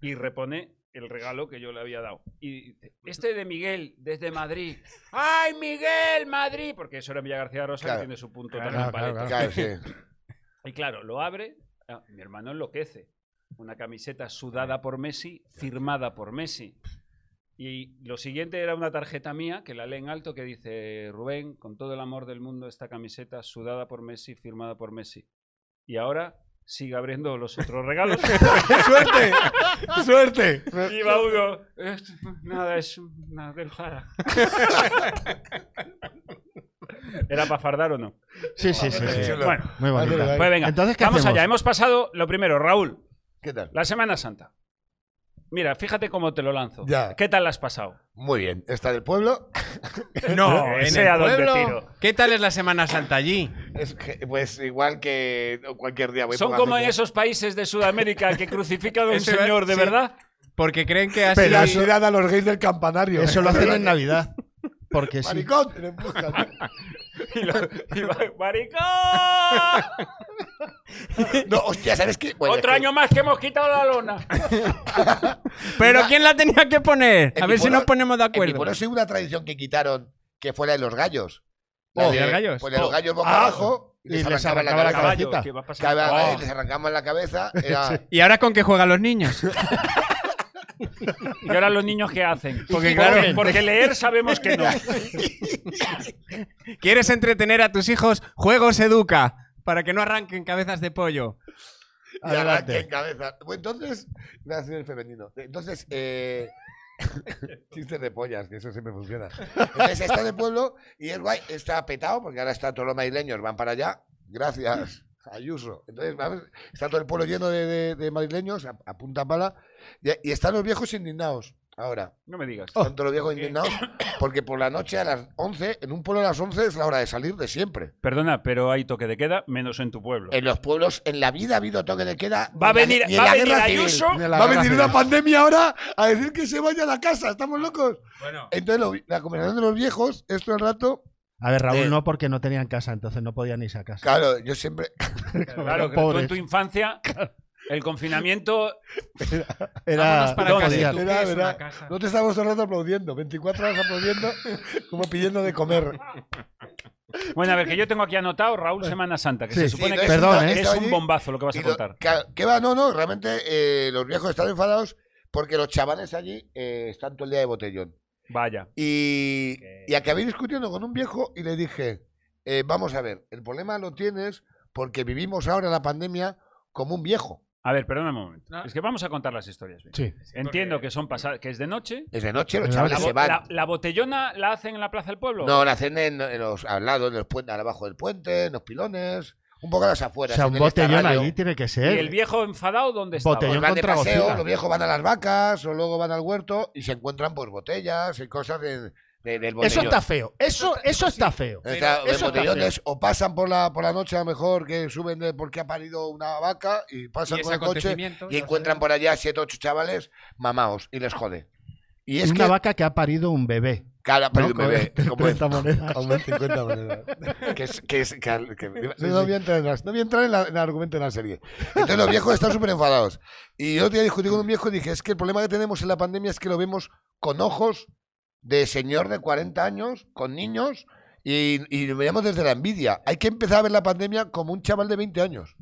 y repone el regalo que yo le había dado. Y dice, este de Miguel, desde Madrid. ¡Ay, Miguel, Madrid! Porque eso era en Villa García Rosa,
Claro.
que tiene su punto
Claro,
también
claro,
paleta.
Claro, sí.
Y claro, lo abre, ah, mi hermano enloquece. Una camiseta sudada por Messi, firmada por Messi. Y lo siguiente era una tarjeta mía que la lee en alto que dice, Rubén, con todo el amor del mundo, esta camiseta sudada por Messi, firmada por Messi. Y ahora sigue abriendo los otros regalos. <laughs>
¡Suerte! ¡Suerte!
y va uno, "Es- nada, es una del Zara". <laughs> ¿Era para fardar o no?
Sí, sí, sí. sí.
Chulo.
Bueno,
Muy bonita.
pues venga,
Entonces, ¿qué
vamos
hacemos?
allá. Hemos pasado lo primero, Raúl.
¿Qué tal?
La Semana Santa. Mira, fíjate cómo te lo lanzo.
Ya.
¿Qué tal la has pasado?
Muy bien. Esta del pueblo.
No,
Eh,
en
sé a
el
dónde
pueblo.
tiro.
¿Qué tal es la Semana Santa allí?
Es que, pues igual que cualquier día. Voy
Son
por la
como en
feria.
esos países de Sudamérica que crucifican a un
Eso iba-
señor de
sí.
verdad.
Porque creen que así.
Pero así dan a los gays del campanario.
Eso
<laughs>
lo hacen en Navidad. Porque sí.
Maricón, te lo empujan.
Y, lo- y <laughs> va, ¡Maricón!
<laughs> No, hostia, ¿sabes qué? Bueno,
Otro
es que
año más que hemos quitado la lona.
Pero ¿quién la tenía que poner?
En
A
mi
ver si
pueblo-
nos ponemos de
En mi
acuerdo.
pueblo sí hubo una tradición que quitaron que fuera de los gallos.
Oh,
de
¿de los gallos?
Pues de los
Oh.
gallos boca
Ah,
abajo y les arrancaban la
arrancaba la
cabeza.
Caballo,
cabecita.
¿qué va a pasar?
Cava-
Oh.
Les arrancaban la cabeza. Era,
¿Y ahora con qué juegan los niños?
Y ahora los niños, ¿qué hacen?
Porque, claro,
porque leer sabemos que no.
¿Quieres entretener a tus hijos? Juegos educa. Para que no arranquen cabezas de pollo.
y
Adelante.
arranca en ah, cabeza. Pues entonces, voy a hacer el femenino. Entonces, eh, <laughs> chistes de pollas, que eso siempre funciona. Entonces, está de pueblo y es guay, está petado porque ahora está todos los madrileños, van para allá. Gracias, Ayuso. Entonces, vamos, está todo el pueblo lleno de, de- de madrileños, a, a punta pala, y, y están los viejos indignados ahora.
No me digas.
Están todos los viejos indignados porque por la noche a las 11, en un pueblo a las 11 es la hora de salir de siempre.
Perdona, pero hay toque de queda, menos en tu pueblo.
En los pueblos, en la vida ha habido toque de queda.
Va a
ni en
venir,
la- ni en
va
la
a venir
guerra civil.
Ayuso.
Ni en la
Va a
guerra
venir una
civil.
pandemia ahora a decir que se vaya a la casa, estamos locos.
Bueno.
Entonces, lo- la conversación de los viejos, esto el rato.
A ver,
Eh.
Raúl no, porque no tenían casa, entonces no podían irse a casa.
Claro, yo siempre.
Claro, que tú en
Pobres.
tu infancia, el confinamiento
Era
para ¿dónde?
podían.
Era, era- No te estamos todo el rato aplaudiendo, 24 horas aplaudiendo, <laughs> como pidiendo de comer.
Bueno, a ver, que yo tengo aquí anotado Raúl Semana Santa, que
Sí.
se supone
Sí,
que
no, perdón,
es,
¿eh?
es un bombazo lo que vas
Y
a
lo-
contar.
ca- que va, no, no, realmente eh, los viejos están enfadados porque los chavales allí eh, están todo el día de botellón.
Vaya.
Y, y acabé discutiendo con un viejo y le dije, eh, vamos a ver, el problema lo tienes porque vivimos ahora la pandemia como un viejo.
A ver, perdona un momento.
No.
Es que vamos a contar las historias. bien.
Sí.
Entiendo que son pasadas, que es de noche.
Es de noche, los
La
chavales
La,
se
bo-
van.
la- la botellona la hacen en la Plaza del Pueblo?
No, la hacen en, en los, al lado, en los puentes, abajo del puente, en los pilones, un poco a las
O
afueras.
sea,
en
un
el
botellón
estarradio.
allí tiene que
¿Y
ser.
el
¿Eh?
viejo enfadado dónde estaba?
Botellón.
Pues van de
contra
paseo,
bocina.
los viejos van a las vacas o luego van al huerto y se encuentran pues botellas y cosas de, de- del botellón.
Eso está feo. Eso, eso está feo.
O sea,
Pero eso está
botellones o pasan por la, por la noche a lo mejor que suben de porque ha parido una vaca y pasan
Y ese
con el coche
acontecimiento,
y encuentran por allá siete ocho chavales mamaos y les jode. Y es
una
que
vaca que ha parido un bebé.
cara, pero
¿no?
me ve,
Con <laughs>
como es,
30 monedas.
como es 50 monedas. que es, que es, que- que-
sí.
no voy a entrar en, las- no voy a entrar en la- en el argumento de la serie. Entonces los viejos están súper enfadados. Y yo otro día discutí con un viejo y dije, es que el problema que tenemos en la pandemia es que lo vemos con ojos de señor de 40 años, con niños, y, y lo veíamos desde la envidia. Hay que empezar a ver la pandemia como un chaval de 20 años.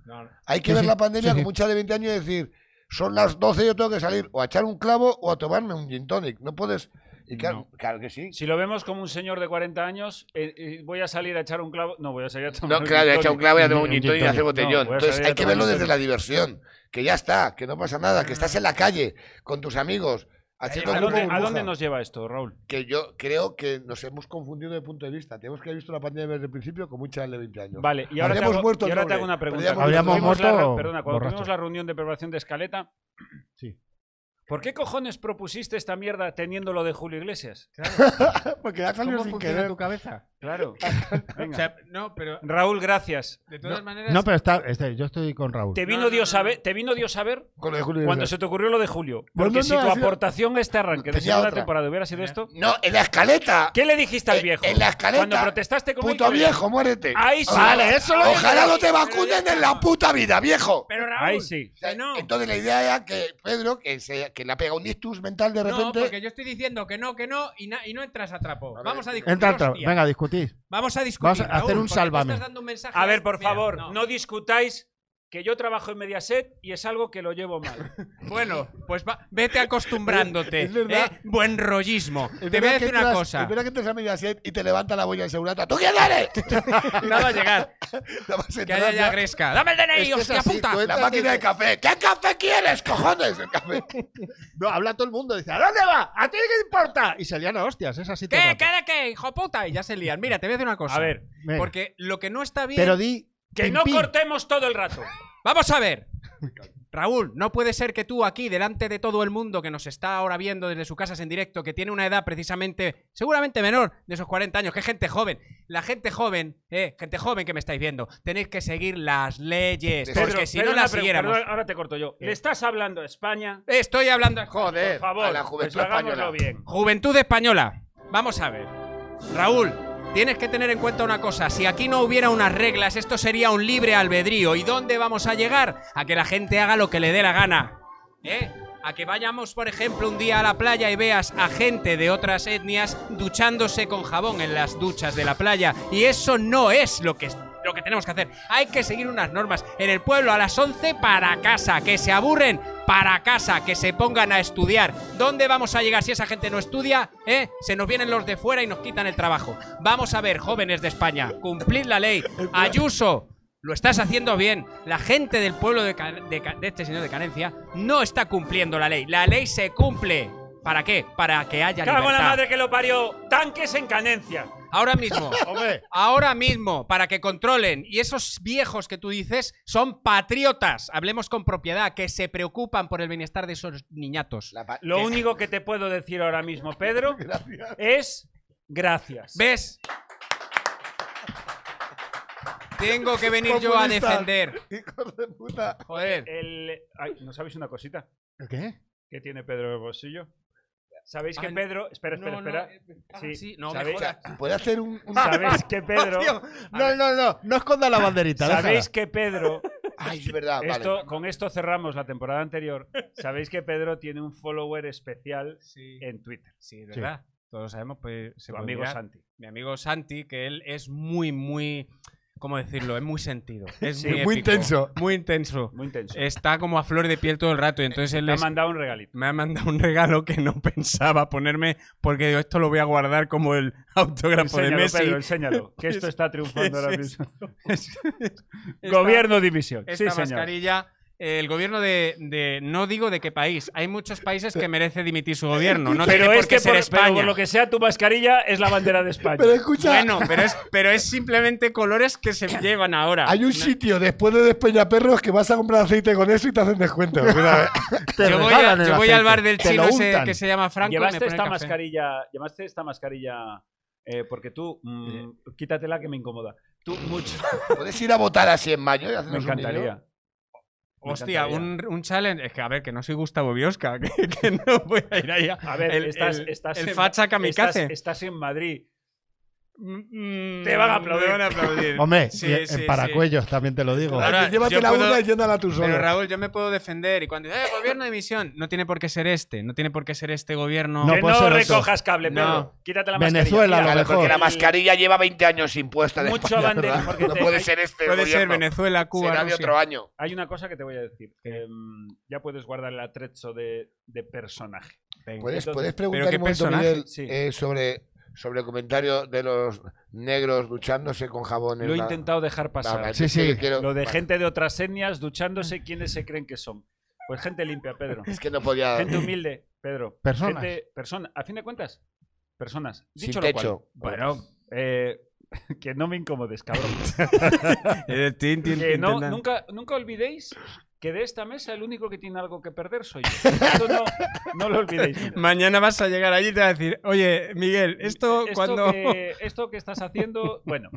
Hay que
Sí,
ver
sí,
la pandemia
sí, sí.
como un chaval de 20 años y decir, son las 12 yo tengo que salir o a echar un clavo o a tomarme un gin tonic. No puedes... Y claro, claro que sí.
Si lo vemos como un señor de 40 años, eh, eh, voy a salir a echar un clavo. No, voy a salir a tomar
No, claro,
gin
ya echa un
tonic.
clavo y ya
Un
toma un
gin
gin tonic y
tonic.
hace botellón.
No,
Entonces
voy a
hay que
tomar
verlo
un
desde
tonic.
la diversión, que ya está, que no pasa nada, que estás en la calle con tus amigos haciendo
¿A
grupo
dónde, a
burbuja.
dónde nos lleva esto, Raúl?
Que yo creo que nos hemos confundido de punto de vista. Tenemos que haber visto la pandemia desde el principio como un chaval de 20 años.
Vale, y ahora, te
Habríamos
hago,
muerto
y ahora
el
te hago
doble.
una pregunta.
Habríamos
Cuando tuvimos
muerto
la
borrachos.
perdona, cuando tuvimos
Borrachos.
la reunión de preparación de escaleta,
Sí.
¿por qué cojones propusiste esta mierda teniendo lo de Julio Iglesias?
<laughs> Porque ha salido
¿Cómo
sin
funciona
querer.
tu cabeza?
<laughs>
Claro.
O
Venga.
sea, no, pero
Raúl, gracias.
de todas maneras.
No, pero está, está- yo estoy con Raúl.
Te vino
no,
Dios
no.
a ver, te vino Dios a ver
Con lo de Julio
cuando
Iglesias.
se te ocurrió lo de Julio.
No,
Porque
no,
si
no,
tu
ha sido-
aportación a este arranque de
Tenía
segunda
otra.
temporada hubiera sido esto,
No, en la escaleta.
¿qué le dijiste
Eh,
al
En-
viejo?
en la escaleta.
Cuando protestaste con él,
Puto
¿qué le-
viejo, muérete.
Ahí sí.
Ojalá-
Vale, eso lo-
Ojalá no te vacunen en la puta vida, viejo.
Pero Raúl.
Ahí sí.
O sea,
que no.
Entonces la idea era que Pedro, que, se, que le ha pegado un ictus mental de
No,
repente.
porque yo estoy diciendo que no, que no, y, na- y no entras a trapo.
Vale.
Vamos a discutir.
Entra, entra.
hostia.
Venga, discutid.
Vamos a discutir.
Vamos a hacer
Raúl,
un
porque tú
sálvame.
estás dando un mensaje
A ver, por
Mira,
favor,
no.
no discutáis que yo trabajo en Mediaset y es algo que lo llevo
<laughs>
mal.
Bueno, pues va- <laughs> vete acostumbrándote.
Es verdad.
¿eh? Buen rollismo.
Es
Te voy
verdad
a
que
decir una
entras-
cosa.
Es verdad que entras a Mediaset y te levanta la boya de segurata. ¿Tú quién eres?
Nada va a llegar.
La vas a
Que
entrar
haya ya
ya.
gresca. ¡Dame el
Es
DNI,
que es
hostia
así,
puta!
tú entras La máquina de café. ¿Qué café quieres, cojones? El café.
<laughs> No, habla todo el mundo. Dice, ¿a dónde va? ¿A ti qué importa? Y se lían a hostias. Es así. todo el
¿Qué?
rato.
¿Qué de qué? ¡Hijo puta! Y ya se lían. Mira, te voy a decir una cosa. Eh.
A ver,
Venga.
Porque lo que no está bien.
Pero di.
que
pim,
no
pim.
cortemos todo el rato.
Vamos a ver. Raúl, no puede ser que tú aquí, delante de todo el mundo que nos está ahora viendo desde sus casas en directo, que tiene una edad precisamente, seguramente menor de esos 40 años, que es gente joven. La gente joven, eh, gente joven que me estáis viendo, tenéis que seguir las leyes,
Pedro,
porque si
Pero
no
una
las
pregunta,
siguiéramos.
perdón, ahora te corto yo.
Eh.
¿Le estás hablando a España?
Estoy hablando.
Por
Joder.
favor,
Eh, a la juventud
pues hagámoslo
española.
bien.
Juventud española. Vamos a ver. Raúl, tienes que tener en cuenta una cosa. Si aquí no hubiera unas reglas, esto sería un libre albedrío. ¿Y dónde vamos a llegar? A que la gente haga lo que le dé la gana. ¿Eh? A que vayamos, por ejemplo, un día a la playa y veas a gente de otras etnias duchándose con jabón en las duchas de la playa. Y eso no es lo que, lo que tenemos que hacer. Hay que seguir unas normas. En el pueblo a las 11 para casa. Que se aburren para casa. Que se pongan a estudiar. ¿Dónde vamos a llegar si esa gente no estudia? ¿Eh? Se nos vienen los de fuera y nos quitan el trabajo. Vamos a ver, jóvenes de España. Cumplid la ley. Ayuso. Lo estás haciendo bien. La gente del pueblo de, Ca- de Ca- de este señor de Carencia no está cumpliendo la ley. La ley se cumple. ¿Para qué? Para que haya
Cago en la
libertad.
madre que lo parió. Tanques en Canencia.
Ahora mismo.
Hombre,
Ahora mismo, para que controlen. Y esos viejos que tú dices son patriotas. Hablemos con propiedad, que se preocupan por el bienestar de esos niñatos.
La pa-
Lo único que te puedo decir ahora mismo,
<laughs>
Pedro,
Gracias. <laughs>
es gracias.
¿Ves? Tengo que venir yo a
Comunistas.
defender.
Hijos de puta.
Eh,
Joder.
El- ay, ¿No sabéis una cosita?
¿Qué?
¿Qué tiene Pedro en el bolsillo? ¿Sabéis que
Ay,
Pedro... Espera, espera,
No, no,
espera.
eh, ah,
Sí,
sí, no, me
¿sabéis?
jodas.
¿Puede hacer un,
<laughs>
un-
¿Sabéis
<laughs>
que
<laughs>
Pedro...
No, no, no. No esconda la banderita.
¿Sabéis que
<laughs>
Pedro...
Ay, es
Ah,
verdad, vale.
Esto, con esto cerramos la temporada anterior. Sabéis que Pedro tiene un follower especial en Twitter.
Sí, ¿verdad? Todos lo sabemos, pues se
Su
puede
amigo
mirar.
Santi.
Mi amigo Santi, que él es muy, muy. ¿Cómo decirlo? Es muy
<laughs>
sentido. Es
Sí,
muy,
muy
épico,
intenso.
Muy intenso.
Muy intenso.
Está como a flor de piel todo el rato. Y entonces él
Me ha
es-
mandado un regalito.
me ha mandado un regalo que no pensaba ponerme porque digo, esto lo voy a guardar como el <laughs> autógrafo de
Enséñalo,
Messi.
Pedro, enséñalo. Que
<laughs>
esto está triunfando
es
ahora mismo.
Esta-
Gobierno división.
Esta
Sí, señor.
mascarilla. eh, El gobierno de, de- No digo de qué país. Hay muchos países que merece dimitir su gobierno. No tiene
Eh, pero
por
es
qué
que
ser
por,
España.
pero por lo que sea tu mascarilla es la bandera de España.
<laughs> Pero escucha,
Bueno, pero es, pero es simplemente colores que
<coughs>
se llevan ahora.
hay un sitio después de Despeñaperros que vas a comprar aceite con eso y te hacen descuento. Mira,
yo voy, a- yo voy al bar del chino ese que se llama Franco. y me
llevaste
pone
esta
café.
mascarilla, llevaste esta mascarilla eh, porque tú mm, quítatela que me incomoda. Tú mucho.
Puedes ir a votar así en mayo y hacernos
Me
un vídeo?
encantaría. Me
Hostia,
encantaría. <laughs>
un, un challenge. Es que, a ver, que no soy Gustavo Biosca, <laughs> que, que no voy a ir allá.
A ver,
el,
estás,
el-
estás
el
en-
facha kamikaze.
Estás, estás en Madrid.
Mm,
Te van a aplaudir.
me van a aplaudir.
<laughs>
Hombre,
Sí,
y en
sí, sí.
paracuellos también te lo digo.
Claro. Ahora,
Llévate
yo
la
puedo-
una y llénala tú solo.
Pero Raúl, yo me puedo defender. Y cuando dice, eh, gobierno de misión, no tiene por qué ser este. No tiene por qué ser este gobierno.
No,
que
puede
no
ser eso.
recojas cable, Pedro.
No.
Quítate la mascarilla.
Venezuela, a lo
Claro,
mejor.
porque la mascarilla lleva 20 años impuesta de
Mucho
España,
bandera,
¿verdad?
porque
No
te-
puede
hay-
ser este
puede ser
gobierno.
Venezuela, Cuba.
Será de
Rusia.
otro año.
Hay una cosa que te voy a decir. Em, ya puedes guardar el atrezo de, de personaje.
¿Puedes,
Entonces,
puedes
¿pero
preguntar
qué
un momento,
personaje?
Miguel,
Sí.
eh, sobre, sobre el comentario de los negros duchándose con jabón en
Lo he
la-
intentado dejar
Vale,
pasar.
vale,
Sí,
es que
sí.
yo quiero-
Lo de
vale,
gente de otras etnias duchándose, ¿quiénes se creen que son? Pues gente limpia, Pedro.
<laughs> Es que no podía...
Gente humilde, Pedro.
Personas.
Gente, persona, a fin de cuentas, personas.
Sin
Dicho lo
techo.
cual, bueno, eh, <laughs>
<laughs>
que no me incomodes, cabrón.
Eh, tin, tin,
Que
tin,
no,
tin, tin.
nunca, nunca olvidéis que de esta mesa el único que tiene algo que perder soy yo.
<laughs>
Esto no, no lo olvidéis.
Mañana vas a llegar allí y te va a decir, oye, Miguel, esto,
Eh, Esto,
cuando...
que, esto que estás haciendo, bueno,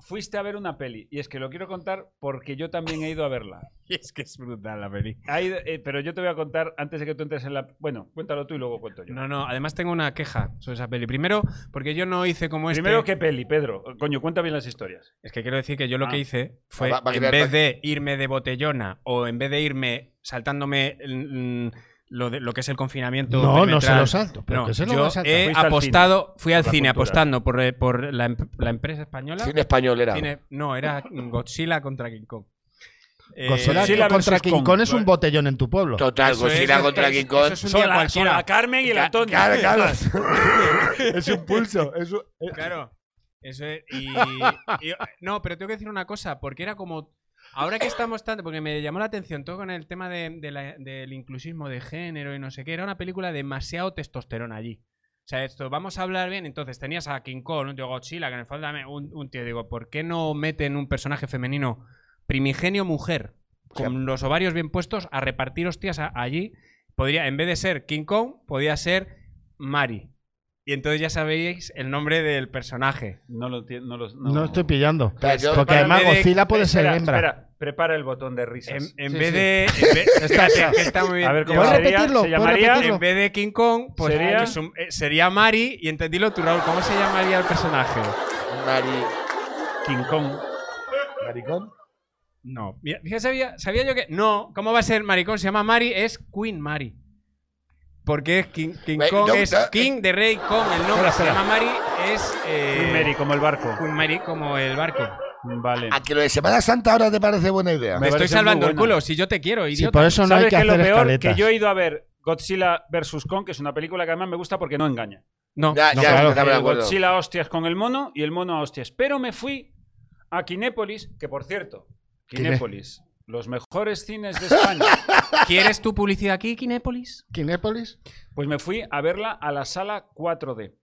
fuiste a ver una peli y es que lo quiero contar porque yo también he ido a verla. <laughs>
Es que es brutal la peli.
Ahí, eh, pero yo te voy a contar antes de que tú entres en la... Bueno, cuéntalo tú y luego cuento yo.
No, no, además tengo una queja sobre esa peli. Primero, porque yo no hice como este...
Primero, ¿qué peli, Pedro? Coño, cuenta bien las historias.
Es que quiero decir que yo lo
Ah.
que hice fue,
va- va a
en
crear
vez
taxi.
de irme de botellona o en vez de irme saltándome mm, lo, de- lo que es el confinamiento.
No, no se
perimetral,
lo salto. Pero
no,
que se lo
yo
vas a saltar.
he
Fuiste al
apostado, fui al
por la
cine
cultura.
apostando por, eh, por la, em- la empresa española.
Cine español era.
Cine- no, era Godzilla contra King Kong. Eh,
Godzilla
Godzilla
contra
versus
King Kong es un
Kong.
botellón en tu pueblo.
Total, pues,
eso es-
Godzilla
es-
contra
es-
King Kong.
eso es un día
la-
cualquiera.
la Carmen y la
Ca-
Antonia.
Claro, claro. es un pulso. Es un...
Claro. Eso es- y- y- no, pero tengo que decir una cosa, porque era como. Ahora que estamos tanto, porque me llamó la atención todo con el tema de- de la- del inclusismo de género y no sé qué, era una película demasiado testosterona allí. O sea, esto, vamos a hablar bien. Entonces tenías a King Kong, un tío Godzilla, que en el fondo también- un, un tío, digo, ¿por qué no meten un personaje femenino primigenio mujer con los ovarios bien puestos a repartir hostias a- allí? Podría, en vez de ser King Kong, podía ser Mari. Y entonces ya sabéis el nombre del personaje.
No lo enti- no los-
No estoy pillando.
Espera, yo-
Porque
Prepárame
además
de-
Godzilla puede
Espera,
ser hembra.
espera, prepara el botón de risas.
En, en
Sí,
vez
sí.
de.
<laughs>
en vez- espérate, que está Em, muy bien.
A ver cómo
¿Puedes
llevado.
sería. Se
repetirlo? ¿Puedes
llamaría-
repetirlo?
En vez de King Kong, pues
¿Sería?
sería, sería Mari. Y entendílo tú, Raúl, ¿cómo se llamaría el personaje?
Mari...
King Kong.
¿Maricón?
No. Mira, fíjate, sabía, sabía yo que. No, ¿cómo va a ser maricón? Se llama Mari, es Queen Mari. Porque es King, King
Ve,
Kong
no,
es
no, eh.
King de Rey Kong, el nombre
Espera,
se
espera.
llama Mari, es. eh,
Queen Mary, como el barco.
Queen Mary, como el barco.
Vale.
¿A Ah, que lo de Semana Santa ahora te parece buena idea?
Me, estoy
parece muy
salvando el
buena.
culo, si yo te quiero,
Si
idiota.
por eso no hay
¿Sabes
que
qué es lo
hacer
peor?
escaletas.
Que yo he ido a ver Godzilla vs. Kong, que es una película que además me gusta porque no engaña.
No,
Ya,
No,
ya,
claro.
estamos de
El
acuerdo.
Godzilla a hostias con el mono y el mono a hostias. Pero me fui a Kinépolis, que por cierto,
Kiné-
Kinépolis, los mejores cines de
<laughs>
España.
¿quieres tu publicidad aquí, Kinépolis?
¿Kinépolis?
Pues me fui a verla a la sala 4D.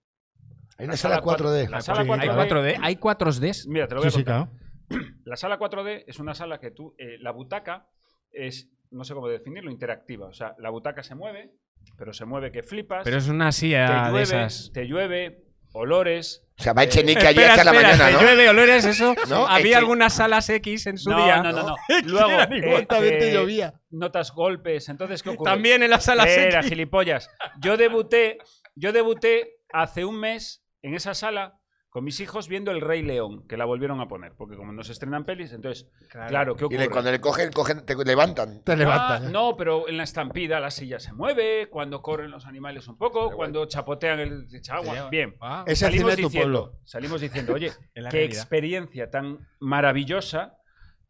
Hay una sala 4D.
La sala
Sí,
Hay
4D.
4D, hay 4Ds.
Mira, te lo voy
Sí,
a
sí,
contar.
claro.
La sala 4D es una sala que tú, eh, la butaca es, no sé cómo definirlo, interactiva. O sea, la butaca se mueve, pero se mueve que flipas,
Pero es una
te,
silla de
llueve,
esas.
te llueve, olores.
O sea, va Echenique allí hasta la
Eh, espera,
mañana,
te
¿no?
llueve olores, eso.
No, es que-
Había algunas salas X en su
No,
día.
no, no, no. Luego, eh, eh, notas golpes. Entonces, ¿qué ocurre?
También en las salas
Era,
X.
gilipollas. Yo debuté, yo debuté hace un mes en esa sala con mis hijos viendo El Rey León, que la volvieron a poner, porque como no se estrenan pelis, entonces, claro, ¿qué
Y
ocurre?
le- cuando le cogen, cogen, te levantan.
Te
Ah,
levantas. ¿eh?
no, pero en la estampida la silla se mueve, cuando corren los animales un poco, cuando chapotean el agua. Bien.
Ah,
Es el cine de tu
diciendo,
pueblo.
salimos diciendo, oye,
en la
qué
realidad.
experiencia tan maravillosa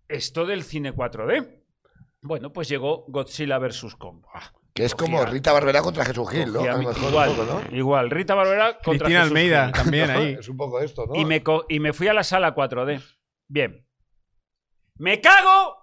esto del cine 4D. Bueno, pues llegó Godzilla vs. Kong. Ah,
Que es como
Cogía-
Rita Barbera contra Jesús Gil, ¿no?
cogí a
A lo
mi-
mejor un
igual,
poco, ¿no?
igual. Rita Barbera contra
Cristina
Jesús <laughs>
Almeida
Gil.
también ahí.
Es un poco esto, ¿no?
Y me, co- y me fui a la sala 4D. Bien. Me cago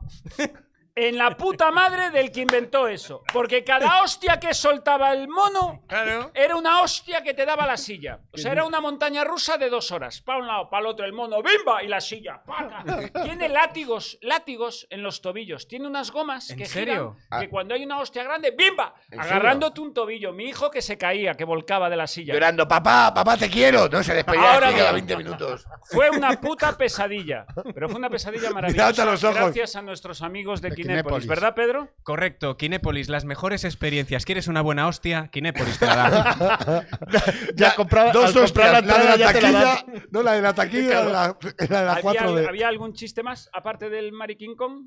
en la puta madre del que inventó eso. Porque
<laughs>
cada hostia que soltaba el mono
Claro.
era una hostia que te daba la silla. O sea, era una montaña rusa de dos horas. Para un lado, para el otro, el mono, ¡bimba! Y la silla, ¡paca! Tiene látigos, látigos en los tobillos. Tiene unas gomas
¿En
que
serio? Ah.
giran, que cuando hay una hostia grande, ¡bimba!
¿En serio?
Agarrándote un tobillo. Mi hijo que se caía, que volcaba de la silla.
Llorando, papá, papá, te quiero. No, se despedía
Ahora
aquí cada
bien.
20 minutos.
Fue una puta pesadilla. Pero fue una pesadilla
Miradte
maravillosa.
a los ojos.
Gracias a nuestros amigos de,
De
Kinépolis.
Kinépolis.
¿Verdad, Pedro?
Correcto, Kinépolis, las mejores experiencias. ¿Quieres una buena hostia? Kinépolis te la da.
Ya compraba
Dos
al comprar
hostias, la de
entrada
la
ya te la dan.
taquilla, no, la de la taquilla, la de la- la de la
¿Había,
4D.
había algún chiste más aparte del Mari King Kong?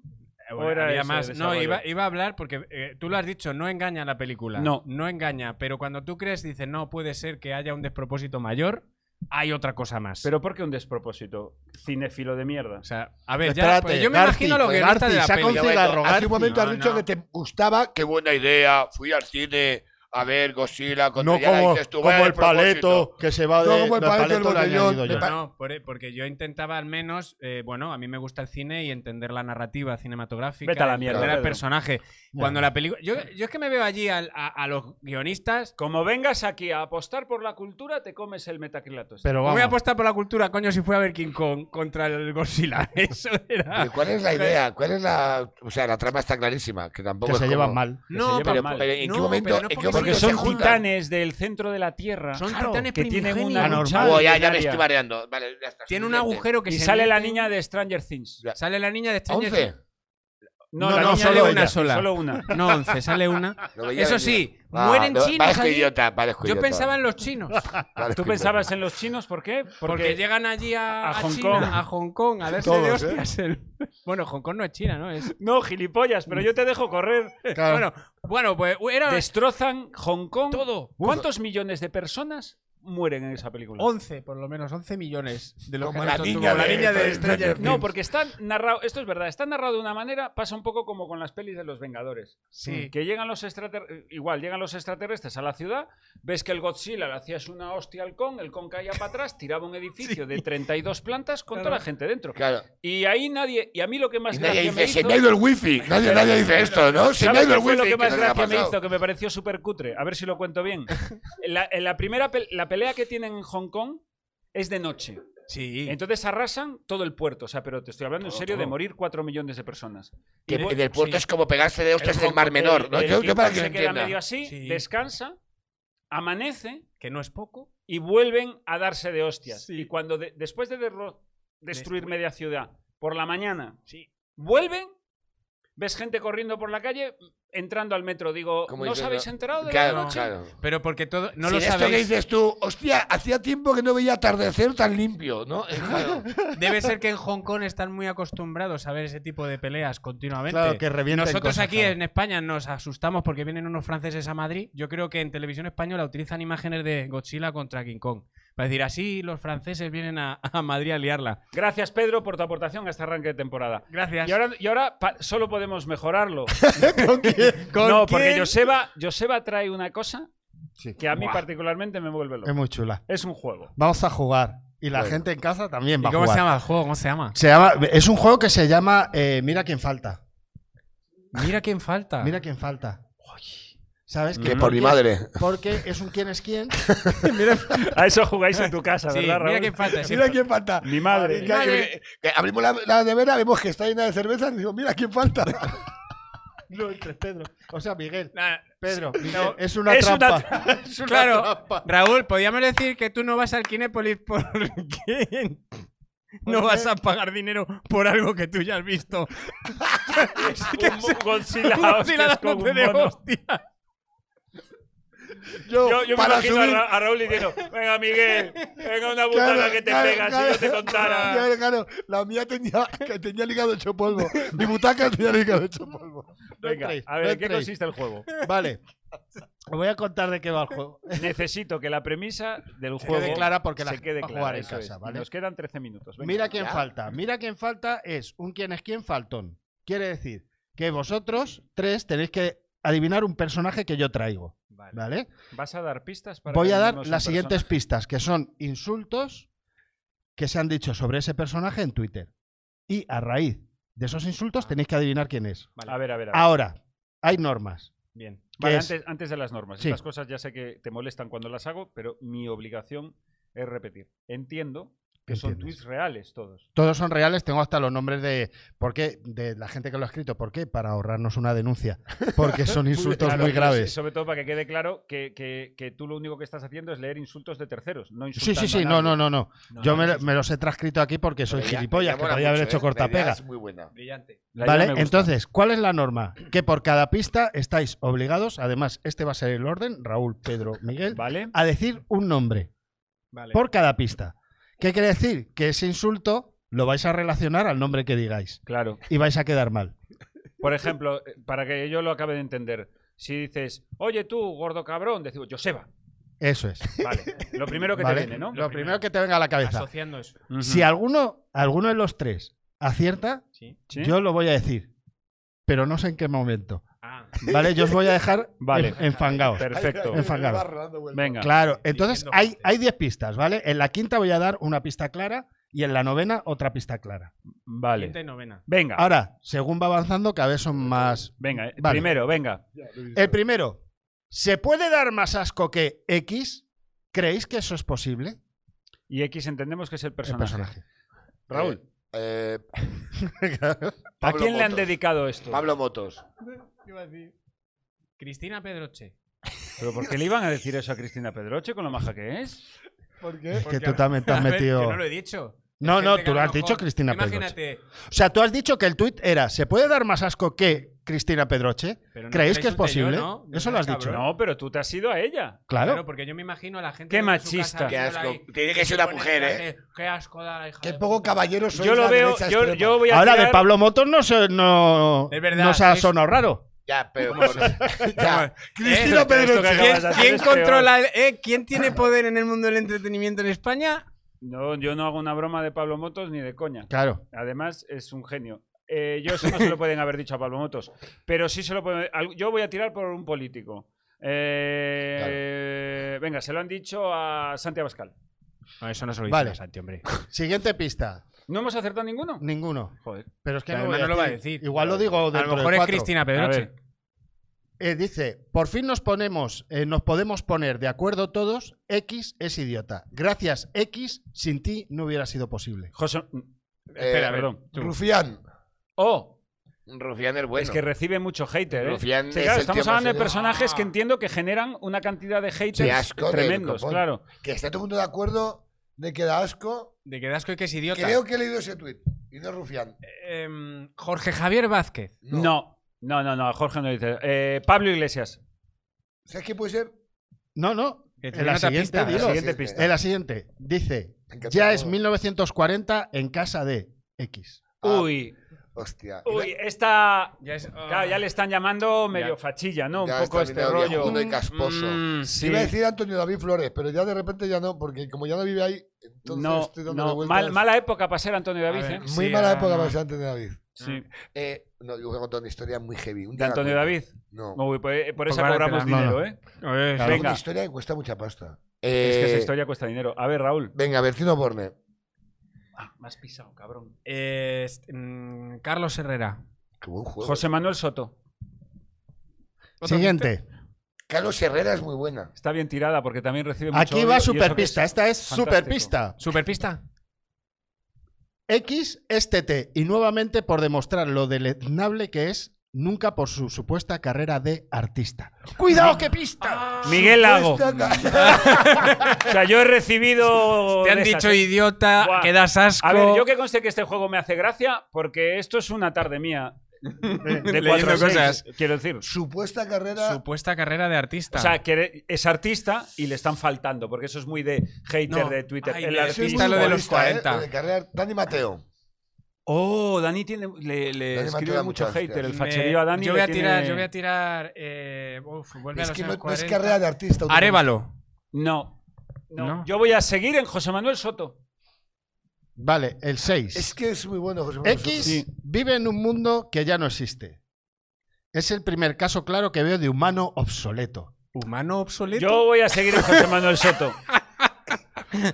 ¿O era
Eh, Había
ese
más. No,
desarrollo?
iba, iba a hablar porque eh, tú lo has dicho, no engaña la película.
No.
No engaña, pero cuando tú crees, dices, no, puede ser que haya un despropósito mayor, hay otra cosa más.
¿Pero por qué un despropósito? Cinéfilo de mierda.
O sea, a ver, ya,
Espérate,
pues yo me
Garci,
imagino lo
pues
que guionista
Garci,
de la
saca un
peli.
cigarro,
Hace un momento
No,
has dicho
no.
que te gustaba. Qué buena idea. Fui al cine a ver, Godzilla, contra
No
ya la
como,
dices tú,
como
vaya
el
propósito.
paleto que se va de.
No como el paleto del
lo he
botellón,
añadido
me
yo.
pa-
No, por- e, porque yo intentaba al menos, eh, bueno, a mí me gusta el cine y entender la narrativa cinematográfica,
Vete a la mierda,
entender al
Pedro.
personaje. Cuando la película, yo, yo es que me veo allí al- a, a los guionistas.
Como vengas aquí a apostar por la cultura, te comes el metacrilato. este.
Pero
No voy a
vamos.
apostar por la cultura, coño, si fui a ver King Kong contra el Godzilla. <laughs> Eso era.
Ah,
Pero ¿Cuál es la idea? ¿Cuál es la...? O sea, la trama está clarísima, que tampoco
Que
es
se
como-
llevan mal.
No,
llevan
Pero,
mal.
pero ¿en
No,
qué momento,
pero no
en qué
porque-
Porque
momento se
son
juntan?
titanes del centro de la Tierra
Son
Claro,
titanes
que tienen
primigenios.
una
Anormal.
lucha
Oh, ya, ya me
legendaria.
estoy mareando. Vale, ya está,
Tiene un
suficiente.
agujero que
Y
se
sale la
mete.
niña de Stranger Things.
Sale la niña de Stranger
¿Once?
No,
No,
la
no,
niña
solo
de
ella.
sola. Solo una.
Things. No, 11, sale una.
Lo veía
Eso
venir.
sí,
Ah,
mueren
no,
chinos.
Parezco
allí.
idiota, parezco
Yo
idiota.
pensaba en
<laughs>
los chinos.
Parezco
¿Tú
idiota.
pensabas en los chinos? ¿Por qué?
Porque, llegan allí a,
a
a
Hong
China,
Kong.
a Hong Kong, a verse de
Todos, ¿eh?
hostias. el- <laughs> Bueno, Hong Kong no es China, ¿no? Es...
No, gilipollas, pero yo te dejo correr.
Bueno, bueno, pues era
Destrozan Hong Kong.
todo.
¿Cuántos millones de personas mueren en esa película?
11, por lo menos, 11 millones de los
Como
que
la
han hecho tú,
niña
como
de Stranger Things.
No, porque está narrado, esto es verdad, está narrado de una manera, pasa un poco como con las pelis de los Vengadores.
Sí.
Que llegan los extraterrestres, igual, llegan los extraterrestres a la ciudad, ves que el Godzilla le hacías una hostia al Kong, el Kong caía para atrás, tiraba un edificio de 32 plantas con toda la gente dentro.
Claro.
Y ahí nadie, y a mí lo que más
Y nadie
gracia
dice, se me
me
ha
hizo...
ido el wifi. Nadie, nadie dice esto, ¿no? Se me ha
¿Sabes
ido el
qué fue
wifi.
lo que
¿qué
más
nos ha
gracia me
pasado?
hizo? Que me pareció súper cutre. A ver si lo cuento
<laughs>
bien. En la, en la primera pel- la pelea que tienen en Hong Kong es de noche.
Sí.
Entonces arrasan todo el puerto. O sea, pero te estoy hablando en serio de morir 4 millones de personas.
Que
Y bu-
en el puerto
sí.
es como pegarse de hostias en el mar
El-
menor. ¿no?
el
Yo, yo
tipo
para que lo
se queda medio
entienda.
así,
Sí.
descansa, amanece
Que no es poco.
y vuelven a darse de hostias.
Sí.
Y cuando de- después de derro- destruir
Destruir.
media ciudad por la mañana, vuelven, ves gente corriendo por la calle, entrando al metro. Digo,
Como
¿no os
diciendo,
habéis enterado de la
Claro,
noche?
claro.
Pero porque todo. No
Sin
lo
esto
sabéis.
que dices tú, hostia, hacía tiempo que no veía atardecer tan limpio, ¿no? Eh, claro.
Debe ser que en Hong Kong están muy acostumbrados a ver ese tipo de peleas continuamente.
Claro, que revientan
Nosotros
cosas,
aquí
claro.
en España nos asustamos porque vienen unos franceses a Madrid. Yo creo que en televisión española utilizan imágenes de Godzilla contra King Kong. Para decir, así los franceses vienen a, <laughs> a Madrid a liarla.
Gracias, Pedro, por tu aportación a este arranque de temporada.
Gracias.
Y ahora, y ahora pa- solo podemos mejorarlo.
<laughs>
<laughs>
¿Con
no, porque
quién?
Joseba, Joseba trae una cosa
Sí.
que a mí
Buah. Em-
particularmente me vuelve
Es
loco.
muy chula.
Es un juego.
Vamos a jugar. Y la gente en casa también
¿Y
va a
cómo se
jugar.
llama el juego? ¿Cómo se llama?
Se llama- es un juego que se llama eh, Mira quién falta.
Mira quién falta.
Mira quién falta. ¿Sabes
Que por mi madre.
Porque es un quién es quién.
A eso jugáis en tu casa,
Sí,
¿verdad, Raúl?
<laughs> mira quién <laughs> falta. sí.
Mira quién falta.
Mi madre.
Que- que- que abrimos la, la nevera, vemos que está llena de cerveza y digo, mira quién falta. <laughs>
No entres, Pedro. O sea, Miguel.
<laughs>
Nah,
Pedro, Miguel,
no,
es una
es una
trampa.
es una claro, Raúl, podíamos decir que tú no vas al Kinépolis <laughs> porque no vas a pagar dinero por algo que tú ya has
<laughs>
visto.
Un Godzilla,
Si
hostias,
la
con
dándote
un
de
mono.
hostia.
Yo, yo me
para
imagino
subir-
a, Ra- a Raúl diciendo, venga Miguel, venga una butana
Claro,
que te
claro,
pega
claro.
si yo te
<laughs>
contara.
Claro, claro. La mía tenía, que tenía el hígado hecho polvo. Mi butaca tenía el hígado hecho polvo.
Venga,
entréis,
a
no
ver, ¿en ¿qué
entréis.
consiste el juego?
<laughs> Vale. Os voy a contar de qué va el juego. Eh,
Necesito que la premisa del
Que
juego
quede clara porque la
se
gente
quede
va a
clara.
jugar en
eso es.
casa, ¿vale?
Nos quedan 13 minutos. venga.
Mira quién falta. Mira quién falta es un quién es quién faltón. Quiere decir que vosotros tres tenéis que adivinar un personaje que yo traigo.
Vale.
¿Vale?
¿Vas a dar pistas? Para
Voy
que
a dar
adivinemos
las
un
siguientes pistas, que son insultos que se han dicho sobre ese personaje en Twitter. Y a raíz de esos insultos tenéis que adivinar quién es.
personaje? A ver, a ver. a ver.
Ahora, hay normas.
Bien.
¿Qué
Vale,
es?
antes, antes de las normas.
Sí.
Estas cosas ya sé que te molestan cuando las hago, pero mi obligación es repetir. Entiendo que son
¿Entiendes?
tweets reales todos.
Todos son reales, tengo hasta los nombres de por qué, de la gente que lo ha escrito. ¿Por qué? Para ahorrarnos una denuncia. Porque son insultos
Claro,
muy
pero sí,
graves.
Sobre todo para que quede claro que, que- que tú lo único que estás haciendo es leer insultos de terceros, no
Sí,
insultando
sí, sí,
a
no,
nadie.
no, no, no. Yo me, me los he transcrito aquí porque soy
Pero ya-
gilipollas,
ya
que
mola
podría haber hecho
mucho, ¿eh? La idea
cortapega.
Es muy buena.
Brillante.
La idea me
Vale,
gusta.
entonces, ¿cuál es la norma? Que por cada pista estáis obligados, además, este va a ser el orden, Raúl, Pedro, Miguel,
Vale.
a decir un nombre
Vale.
por cada pista. ¿Qué quiere decir? Que ese insulto lo vais a relacionar al nombre que digáis
Claro.
y vais a quedar mal.
Por ejemplo, eh, para que yo lo acabe de entender, si dices, oye tú, gordo cabrón, decimos, Joseba.
Eso es.
Vale. Lo primero que
¿vale?
te viene, ¿no?
Lo primero que te venga a la cabeza.
Asociando eso.
Ujú.
Si alguno, alguno de los tres acierta,
Sí.
yo lo voy a decir. Pero no sé en qué momento.
Ah,
¿Vale? Yo os voy a dejar
Vale.
en- enfangaos.
Perfecto.
Enfangado.
Barro dando vueltas.
Venga.
Claro, entonces hay, hay 10 pistas, ¿vale? En la quinta voy a dar una pista clara y en la novena otra pista clara.
Vale.
Quinta y novena.
Venga,
Ahora, según va avanzando, cada vez son más.
venga. eh,
Ah, Vale.
Primero, venga.
El primero, ¿se puede dar más asco que X? ¿Creéis que eso es posible?
Y X entendemos que es el
El
personaje.
personaje.
Raúl. Eh,
¿A
Pablo
quién le han
Motos.
dedicado esto?
Pablo Motos.
Cristina Pedroche.
¿Pero por qué le iban a decir eso a Cristina Pedroche con lo maja que es?
¿Por qué?
Es que
Porque
tú
a-
también te has
a ver, <laughs>
metido.
Yo no lo he dicho.
No, no,
Gente que
tú
a
lo has
mejor-
dicho, Cristina Pedroche.
Imagínate.
O sea, tú has dicho que el tuit era: ¿se puede dar más asco que Cristina Pedroche?
Pero no
¿Creéis
te
que es
insultes yo,
posible?
¿no? No
Eso lo
seas
has dicho.
cabrón.
No, pero tú te has ido a ella.
Claro.
Claro. porque yo me imagino a la gente.
Qué
en su casa
machista.
Qué
viéndola
asco.
ahí,
Tiene que
se
ser una
pone
mujer, ¿eh?
traje, Qué asco da la hija.
Qué
de
poco
puta.
caballero soy
Yo lo veo, yo, yo voy a
Ahora, de
tirar-
Pablo Motos no se, no,
Es verdad,
no se ha
es-
sonado raro.
Ya, pero.
Ya.
Cristina
Eh,
Pedroche. Esto
¿quién-
que acabas de hacer este
¿Quién
es peor.
controla? el- eh, ¿Quién tiene poder en el mundo del entretenimiento en España?
No, yo no hago una broma de Pablo Motos ni de coña.
Claro.
Además, es un genio. Eh, yo eso no se lo pueden haber dicho a Pablo Motos, pero sí se lo pueden... al- Yo voy a tirar por un político. Eh, Venga, se lo han dicho a Santiago Pascal.
No, eso no se lo
dice Vale. la
hombre.
Siguiente pista.
¿No hemos acertado ninguno.
Ninguno.
Joder.
Pero es que
Pero
no,
además no lo va a decir.
Igual lo digo
A
dentro
lo
de
mejor es
cuatro.
Cristina
A
Pedroche.
ver,
Eh, dice, por fin nos ponemos, eh, nos podemos poner de acuerdo todos, X es idiota. Gracias, X, sin ti no hubiera sido posible.
José... mm,
Espera,
Espera, perdón. Tú.
Eh, Rufián.
Oh,
Rufián es bueno.
Es que recibe mucho hater, ¿eh?
Rufián
Sí,
es
claro,
el
estamos
tío más
hablando de
odiado.
personajes que entiendo que generan una cantidad de haters
Sí, asco de
tremendos,
copón.
claro.
Que está todo el mundo de acuerdo de que da asco.
De que das que es idiota.
Creo que he leído ese tuit. Y no es Rufián.
Em, Jorge Javier Vázquez.
No. no, no, no, Jorge no dice. Eh, Pablo Iglesias.
¿Sabes qué puede ser?
No, no.
Que
En
tiene
la
otra
siguiente,
pista.
dilo.
La siguiente
sí,
pista.
En la siguiente, dice,
Me encanta
ya
todo.
es 1940 en casa de X.
Ah,
Uy,
Hostia.
uy, esta.
Ya, es- ah.
Claro, ya le están llamando medio fachilla, ¿no? Un
Ya está
poco este
viniendo
rollo.
viejuno y casposo.
Mm,
Sí.
Iba a decir Antonio David Flores, pero ya de repente ya no, porque como ya no vive ahí, entonces
No,
estoy dando
no,
vueltas.
mal- mala época para ser Antonio David,
A ver,
¿eh?
Muy
Sí,
mala
ah,
época
no.
para ser Antonio David.
Sí.
Eh, no, yo voy a contar una historia muy heavy. Un
¿De Antonio David?
No.
Uy, pues, eh, por esa
Pues vale,
cobramos
te la-
dinero, ¿eh?
eh,
Claro.
Venga.
Una historia que cuesta mucha pasta.
Eh,
Es que esa historia cuesta dinero. A ver, Raúl.
Venga, Bertino Borne.
Ah, me has pisado, cabrón.
eh, est- mm, Carlos Herrera.
Qué buen juego.
José Manuel Soto.
Siguiente.
Carlos Herrera es muy buena.
Está bien tirada porque también recibe mucho
Aquí
odio y
va
eso que
superpista.
es-
Esta es
fantástico.
superpista.
Superpista.
X es TT y nuevamente por demostrar lo deleznable que es, nunca por su supuesta carrera de artista. ¡Cuidado, qué pista!
Miguel Lago.
Esta ca-
O sea, yo he recibido.
Te han
de esas,
dicho
¿eh?
idiota,
Buah.
que das asco.
A ver, yo que conste que este juego me hace gracia porque esto es una tarde mía. De
Leyendo
cuatro
cosas.
cosas. Quiero decir.
<laughs> Supuesta carrera.
Supuesta carrera de artista.
O sea, que es artista y le están faltando, porque eso es muy de hater
No.
de Twitter.
Ay,
el
me
Soy muy
artista
despista lo de los
humorista, ¿eh?
40.
Lo de carrera- Dani Mateo.
Oh, Dani tiene, le, le
Dani
escribe
Mateo,
mucho
muchas
hater. El
gracias.
facherío a Dani.
Yo voy
le
a tirar,
tiene-
yo voy a tirar. eh, uf, vuelve
Es
a los
que no,
años
no es
40.
carrera de artista.
Arévalo.
No, no.
No.
Yo voy a seguir en José Manuel Soto.
Vale, el 6.
Es que es muy bueno, José Manuel
X
Sí.
vive en un mundo que ya no existe. Es el primer caso claro que veo de humano obsoleto.
Humano obsoleto.
Yo voy a seguir en José Manuel Soto.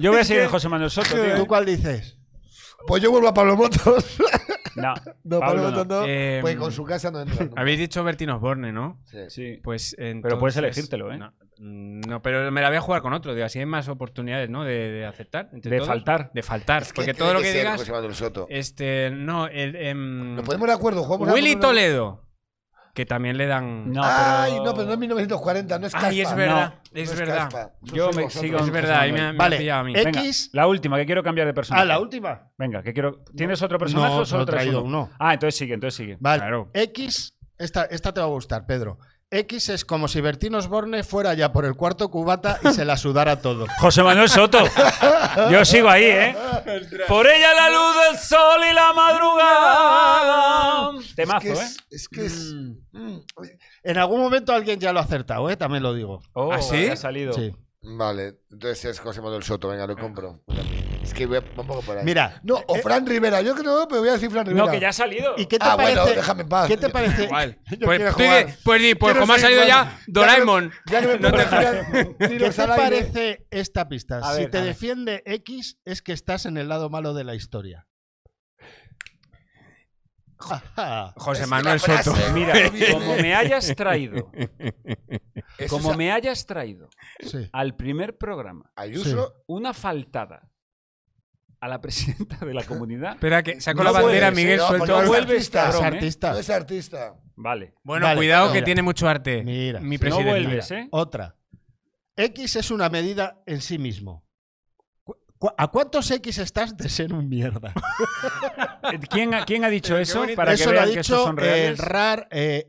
Yo voy a seguir en José Manuel Soto, tío.
¿Tú cuál dices?
Soto. Pues yo vuelvo a Pablo Motos. <laughs>
No,
No, Pablo,
Pablo no.
Motos no.
Eh,
pues con su casa no entra. nunca.
Habéis dicho Bertino Borne, ¿no?
Sí.
Pues
Pero puedes
entonces-
elegírtelo, ¿eh?
No, no, pero me la voy a jugar con otro, digo, así hay más oportunidades, ¿no? De, de aceptar. entre
De
todos.
faltar.
De faltar.
Es
porque
tiene
todo lo que
ser
digas.
José Manuel Soto.
Este, no, el. em,
Nos ponemos de acuerdo, jugamos a-
Willy Toledo. Que también le dan.
No,
Ah, Ay,
pero-
no, pero no es 1940, no es Caspa.
Ay, es verdad. es, verdad.
Yo me sigo
Es
José
verdad. ahí
Manuel.
me, ha- me ha
Vale,
pillado a mí.
eh,
Venga,
X.
la última, que quiero cambiar de personaje.
Ah, la última.
Venga, que quiero. ¿Tienes otro personaje
No,
o solo
solo he
traes
traído
uno?
uno.
Ah, entonces sigue, entonces sigue.
Vale.
Claro.
X, esta, esta te va a gustar, Pedro. X es como si Bertino Osborne fuera ya por el cuarto cubata y se la sudara todo.
José Manuel Soto. Yo sigo ahí, ¿eh? Por ella la luz del sol y la madrugada.
es
Temazo,
que
¿eh?
es, es que es- mm,
En algún momento alguien ya lo ha acertado, ¿eh? también lo digo.
Oh,
¿Ah, sí?
Ha salido.
Sí.
Vale, entonces es José Manuel Soto. Venga, lo compro. Es que voy a, un poco por ahí.
Mira, eh,
No, o Fran Rivera. Yo creo, pero voy a decir Fran Rivera.
No, que ya ha salido.
¿y qué te
Ah,
parece?
bueno, déjame en paz.
¿Qué te parece?
Igual. Pues,
<laughs> Yo quiero
tú que-
jugar.
pues sí, pues
Quiero
como ha
seguir
salido ya
jugando. Ya que me-
Doraemon.
Ya que me
No te-
pongo a tirar
¿Qué
tiros
te
al aire.
parece esta pista?
A
si
ver,
te
a ver.
defiende X, es que estás en el lado malo de la historia. Ajá.
José
Es que
Manuel
la
Soto.
frase,
Eh, Mira,
no
como
viene.
me hayas traído,
Es
como
esa-
me hayas traído
Sí.
al primer programa
Ayuso.
una faltada a la <laughs> presidenta de la comunidad,
Espera, que sacó
No
la bandera,
puede ser,
Miguel,
no,
suelto
pues no
algo.
puede.
vuelves,
artista,
Es
cabrón, ¿eh?
artista.
No es artista.
Vale.
Bueno,
Vale,
cuidado que
mira.
tiene mucho arte.
Mira.
Mi
No
presidente.
vuelves, ¿eh?
Otra. X es una medida en sí mismo. ¿Cu- cu- ¿A cuántos X estás de ser un mierda?
Eh, ¿Quién ha, quién ha dicho eso? <laughs>
bonito.
Para
Eso
que
lo ha
vean que estos
dicho
son
el
reales.
RAR eh,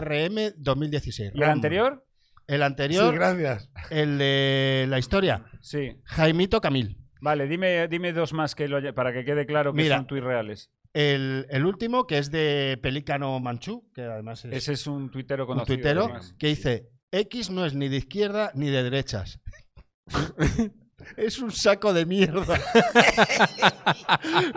RARM 2016.
¿Y el anterior?
El
Sí,
anterior,
gracias.
el de la historia.
Sí.
Jaimito Camil.
Vale, dime, dime dos más que lo haya- para que quede claro que
Mira.
son tuits reales.
El, el último, que es de Pelícano Manchú, que además es
Ese es un tuitero
un
conocido.
tuitero,
además.
que dice: X no es ni de izquierda ni de derechas. es un saco de mierda.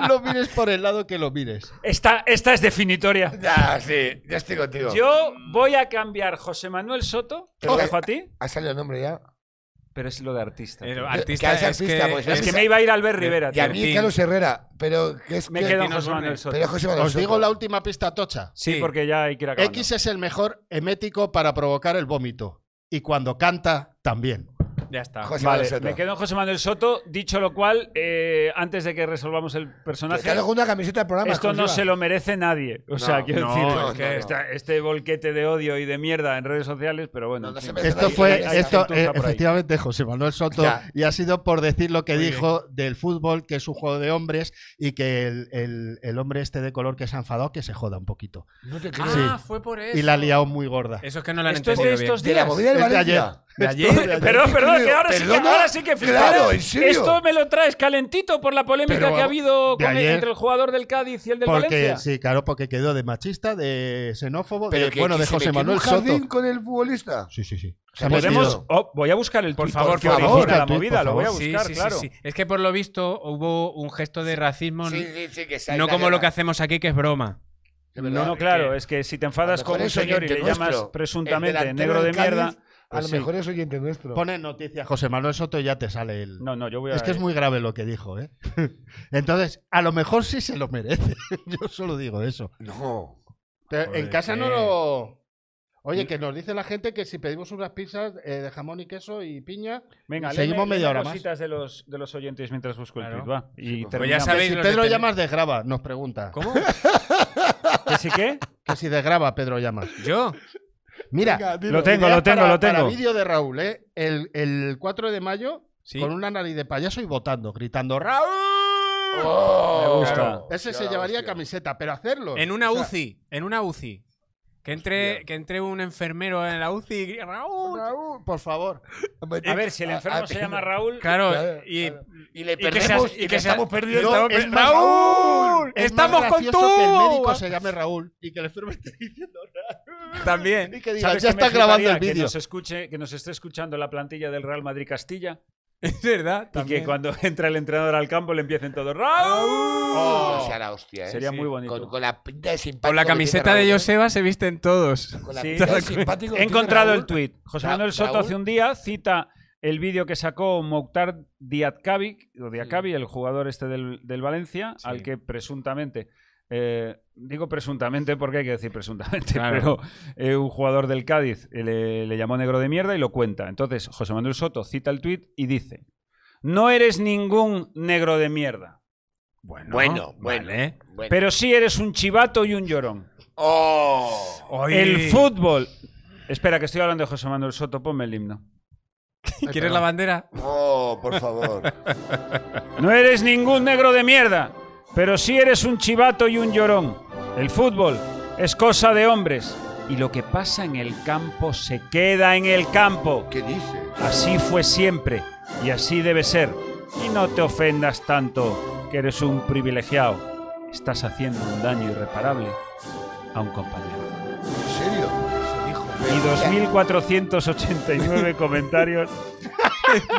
lo mires por el lado que lo mires.
Esta, esta es definitoria.
Ya, sí. Ya estoy contigo.
Yo voy a cambiar José Manuel Soto, te lo
Joder.
dejo a ti,
¿Ha salido el nombre ya?
pero es lo de artista.
El
tío.
artista,
Que es artista, pues,
Es que me iba a ir Albert Rivera,
Y a
tío.
mí,
Martín.
Carlos Herrera. Pero que es
Me
que-
quedo
que
en
nos
José
une.
Manuel Soto.
Pero José Manuel
Os
Soto.
digo la última pista tocha.
Sí, porque ya hay que ir acabando.
X es el mejor emético para provocar el vómito. Y cuando canta, también.
Ya está.
José
Ah, Vale,
Manuel Soto.
me quedo en José Manuel Soto, dicho lo cual, eh, antes de que resolvamos el
Que
personaje,
te hago una camiseta del programa.
esto no
exclusiva.
se lo merece nadie. O sea, quiero
no,
decir,
no,
esta-
no.
esta- este volquete de odio y de mierda en redes sociales, pero bueno.
No, no
en
se
fin.
merece
Esto
Ahí, ahí,
fue,
ahí,
esto,
ahí, ahí,
eh,
ahí.
efectivamente, José Manuel Soto,
Ya.
y ha sido por decir lo que
Muy
dijo del fútbol, que es un juego de hombres, y que el, el- el hombre este de color que se ha enfadado, que se joda un poquito.
No te creo.
Ah, fue por eso.
Y la ha liado muy gorda.
Eso es que no la han
Esto es de
entendido bien.
estos
De la
días.
movida del
Es de
Valencia.
De
Esto-
ayer, de ayer.
Perdón, perdón, que ahora sí que,
¿Perdona?
ahora sí que flipas.
Claro, ¿en serio?
Esto me lo traes calentito por la polémica
Pero
que ha habido
de
con-
ayer.
entre el jugador del Cádiz y el del
Porque,
Valencia.
sí, claro, porque quedó de machista, de xenófobo, de,
Pero que,
bueno,
que
de
se
José
metió en
Manuel
un jardín
Soto.
con el futbolista.
Sí, sí, sí.
Se
ha
metió.
metido-
Podemos. oh, voy a buscar el
Por
tuit
favor,
que
por favor.
origina la
Busca el tuit,
movida,
por
lo voy a
favor.
Sí,
buscar,
sí, sí,
claro.
sí. Es que por lo visto hubo un gesto de racismo,
sí, sí, que
no como lo que hacemos aquí, que es broma.
No, no, claro, es que si te enfadas con un señor y le llamas presuntamente negro de mierda.
A
pues
lo
sí.
mejor es oyente nuestro.
Pone noticia José Manuel Soto y ya te sale el.
No, no, yo voy a.
Es que es muy grave lo que dijo, ¿eh? <laughs> Entonces, a lo mejor sí se lo merece. <laughs> Yo solo digo eso.
No. Mm.
Pero
Joder,
en casa no
qué-
lo. Oye, que nos dice la gente que si pedimos unas pizzas eh, de jamón y queso y piña.
Venga,
Seguimos
léeme-
media
léeme
hora más.
cositas de los, de los oyentes mientras busco el
Claro.
tuit, va. Y
pues
Pues
terminamos.
ya sabéis.
Si
los de
Pedro
tele-
Llamas desgraba, nos pregunta.
¿Cómo?
¿Que sí qué?
<laughs> Que si desgraba Pedro Llamas.
<laughs> ¿Yo?
Mira,
Lo tengo, lo tengo,
para-
lo
Para
tengo.
vídeo de Raúl, ¿eh? El, el 4 de mayo,
Sí.
con una nariz de payaso y votando, gritando ¡Raúl!
Oh,
Me gusta.
Ese se llevaría camiseta, pero hacerlo.
En una
o sea,
UCI. En una UCI. Que entre, que entre un enfermero en la UCI y grite, Raúl.
Raúl, por favor.
A ver,
Ah,
si el enfermo
<laughs>
se llama Raúl.
Claro,
Claro,
y,
claro. Y le
que
perdemos
se-
y
y
le
que se-
estamos perdiendo.
No,
Estamos-
es más-
¡Raúl!
Es más
¡Estamos con
gracioso que el médico
tú!
se llame Raúl y que el enfermo esté diciendo Raúl.
También. <laughs>
Y que diga,
¿sabes
ya
qué me
está grabando el
fliparía? Que
vídeo.
nos escuche, que nos esté escuchando la plantilla del Real Madrid Castilla
Es verdad.
y
También.
que cuando <laughs> entra el entrenador al campo le empiecen todos ¡Raúl!
Oh, o sea, la hostia, ¿eh?
Sería
sí.
muy bonito.
Con, con la pinta de simpático.
Con la
que tiene
camiseta
Raúl,
de
¿eh?
Joseba se visten todos.
Con la
Sí.
<laughs>
pinta de simpático que
He
tiene
encontrado
Raúl.
el tuit. José
Ra-
Manuel Soto
Raúl.
hace un día cita el vídeo que sacó Mouktar Diakabi, o Diakabi, el jugador este del, del Valencia,
Sí.
al que presuntamente, eh, digo presuntamente porque hay que decir presuntamente, <laughs>
Claro.
pero eh, un jugador del Cádiz eh, le, le llamó negro de mierda y lo cuenta. Entonces José Manuel Soto cita el tuit y dice, no eres ningún negro de mierda,
Bueno,
Bueno, bueno.
vale.
Bueno.
pero sí eres un chivato y un llorón.
Oh.
Oye,
El fútbol... Espera, que estoy hablando de José Manuel Soto, ponme el himno.
¿Quieres la bandera?
Oh, por favor.
No eres ningún negro de mierda, pero sí eres un chivato y un llorón. El fútbol es cosa de hombres y lo que pasa en el campo se queda en el campo.
¿Qué dice?
Así fue siempre y así debe ser. Y no te ofendas tanto que eres un privilegiado. Estás haciendo un daño irreparable a un compañero.
¿En serio?
Y 2.489 comentarios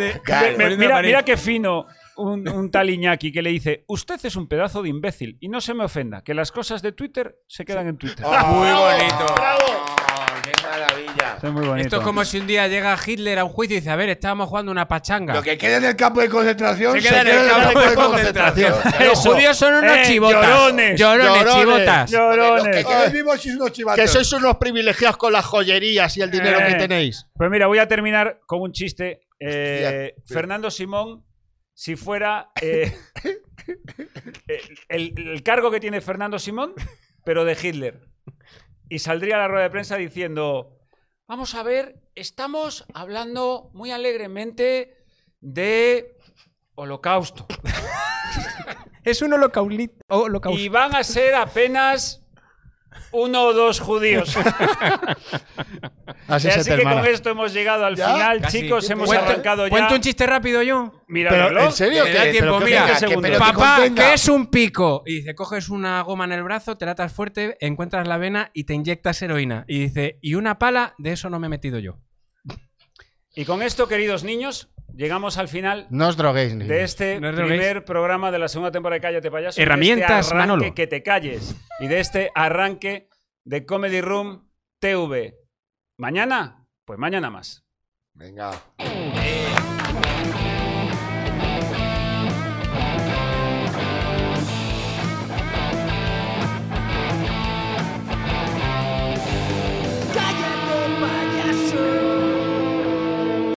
De-
Claro.
Me-
poniendo
mira,
la pared.
mira qué fino un, un tal Iñaki que le dice, usted es un pedazo de imbécil y no se me ofenda, que las cosas de Twitter se quedan en Twitter.
Muy bonito.
Oh, ¡Qué maravilla!
Eso es muy bonito.
Esto es como si un día llega Hitler a un juicio y dice, a ver, estábamos jugando una pachanga.
Lo que queda en el campo de concentración
Se queda en el campo de concentración.
Los judíos son unos
Eh,
chivotas.
llorones.
llorones,
Llorones.
chivotas.
Los que
Llorones.
quedan vivos sois unos chivatos.
Que sois unos privilegiados con las joyerías y el dinero
Eh.
que tenéis.
Pues mira, voy a terminar con un chiste. Eh, Fernando Simón, si fuera eh, el, el- el cargo que tiene Fernando Simón, pero de Hitler. Y saldría a la rueda de prensa diciendo, vamos a ver, estamos hablando muy alegremente de holocausto.
Es un holocaulito. oh,
Y van a ser apenas uno o dos judíos.
Así
Eh, Así,
se
que
termina.
con esto hemos llegado al final,
Casi.
chicos. Hemos
Cuento-
arrancado ya.
Cuento un chiste rápido yo.
Mira,
Pero, ¿en serio?
Me da
¿Qué?
tiempo,
¿Pero qué-
mira.
qué-
Mira,
qué-
segundo.
pero qué-
Papá,
contenga.
¿qué es un pico? Y dice, coges una goma en el brazo, te la atas fuerte, encuentras la vena y te inyectas heroína. Y dice, y una pala, de eso no me he metido yo.
Y con esto, queridos niños, llegamos al final
No os droguéis, niños.
de este
No os droguéis.
primer programa de la segunda temporada de Cállate Payaso. de
Herramientas,
este arranque
Manolo.
que te calles. Y de este arranque de Comedy Room TV. ¿Mañana? Pues mañana más.
Venga.
Venga,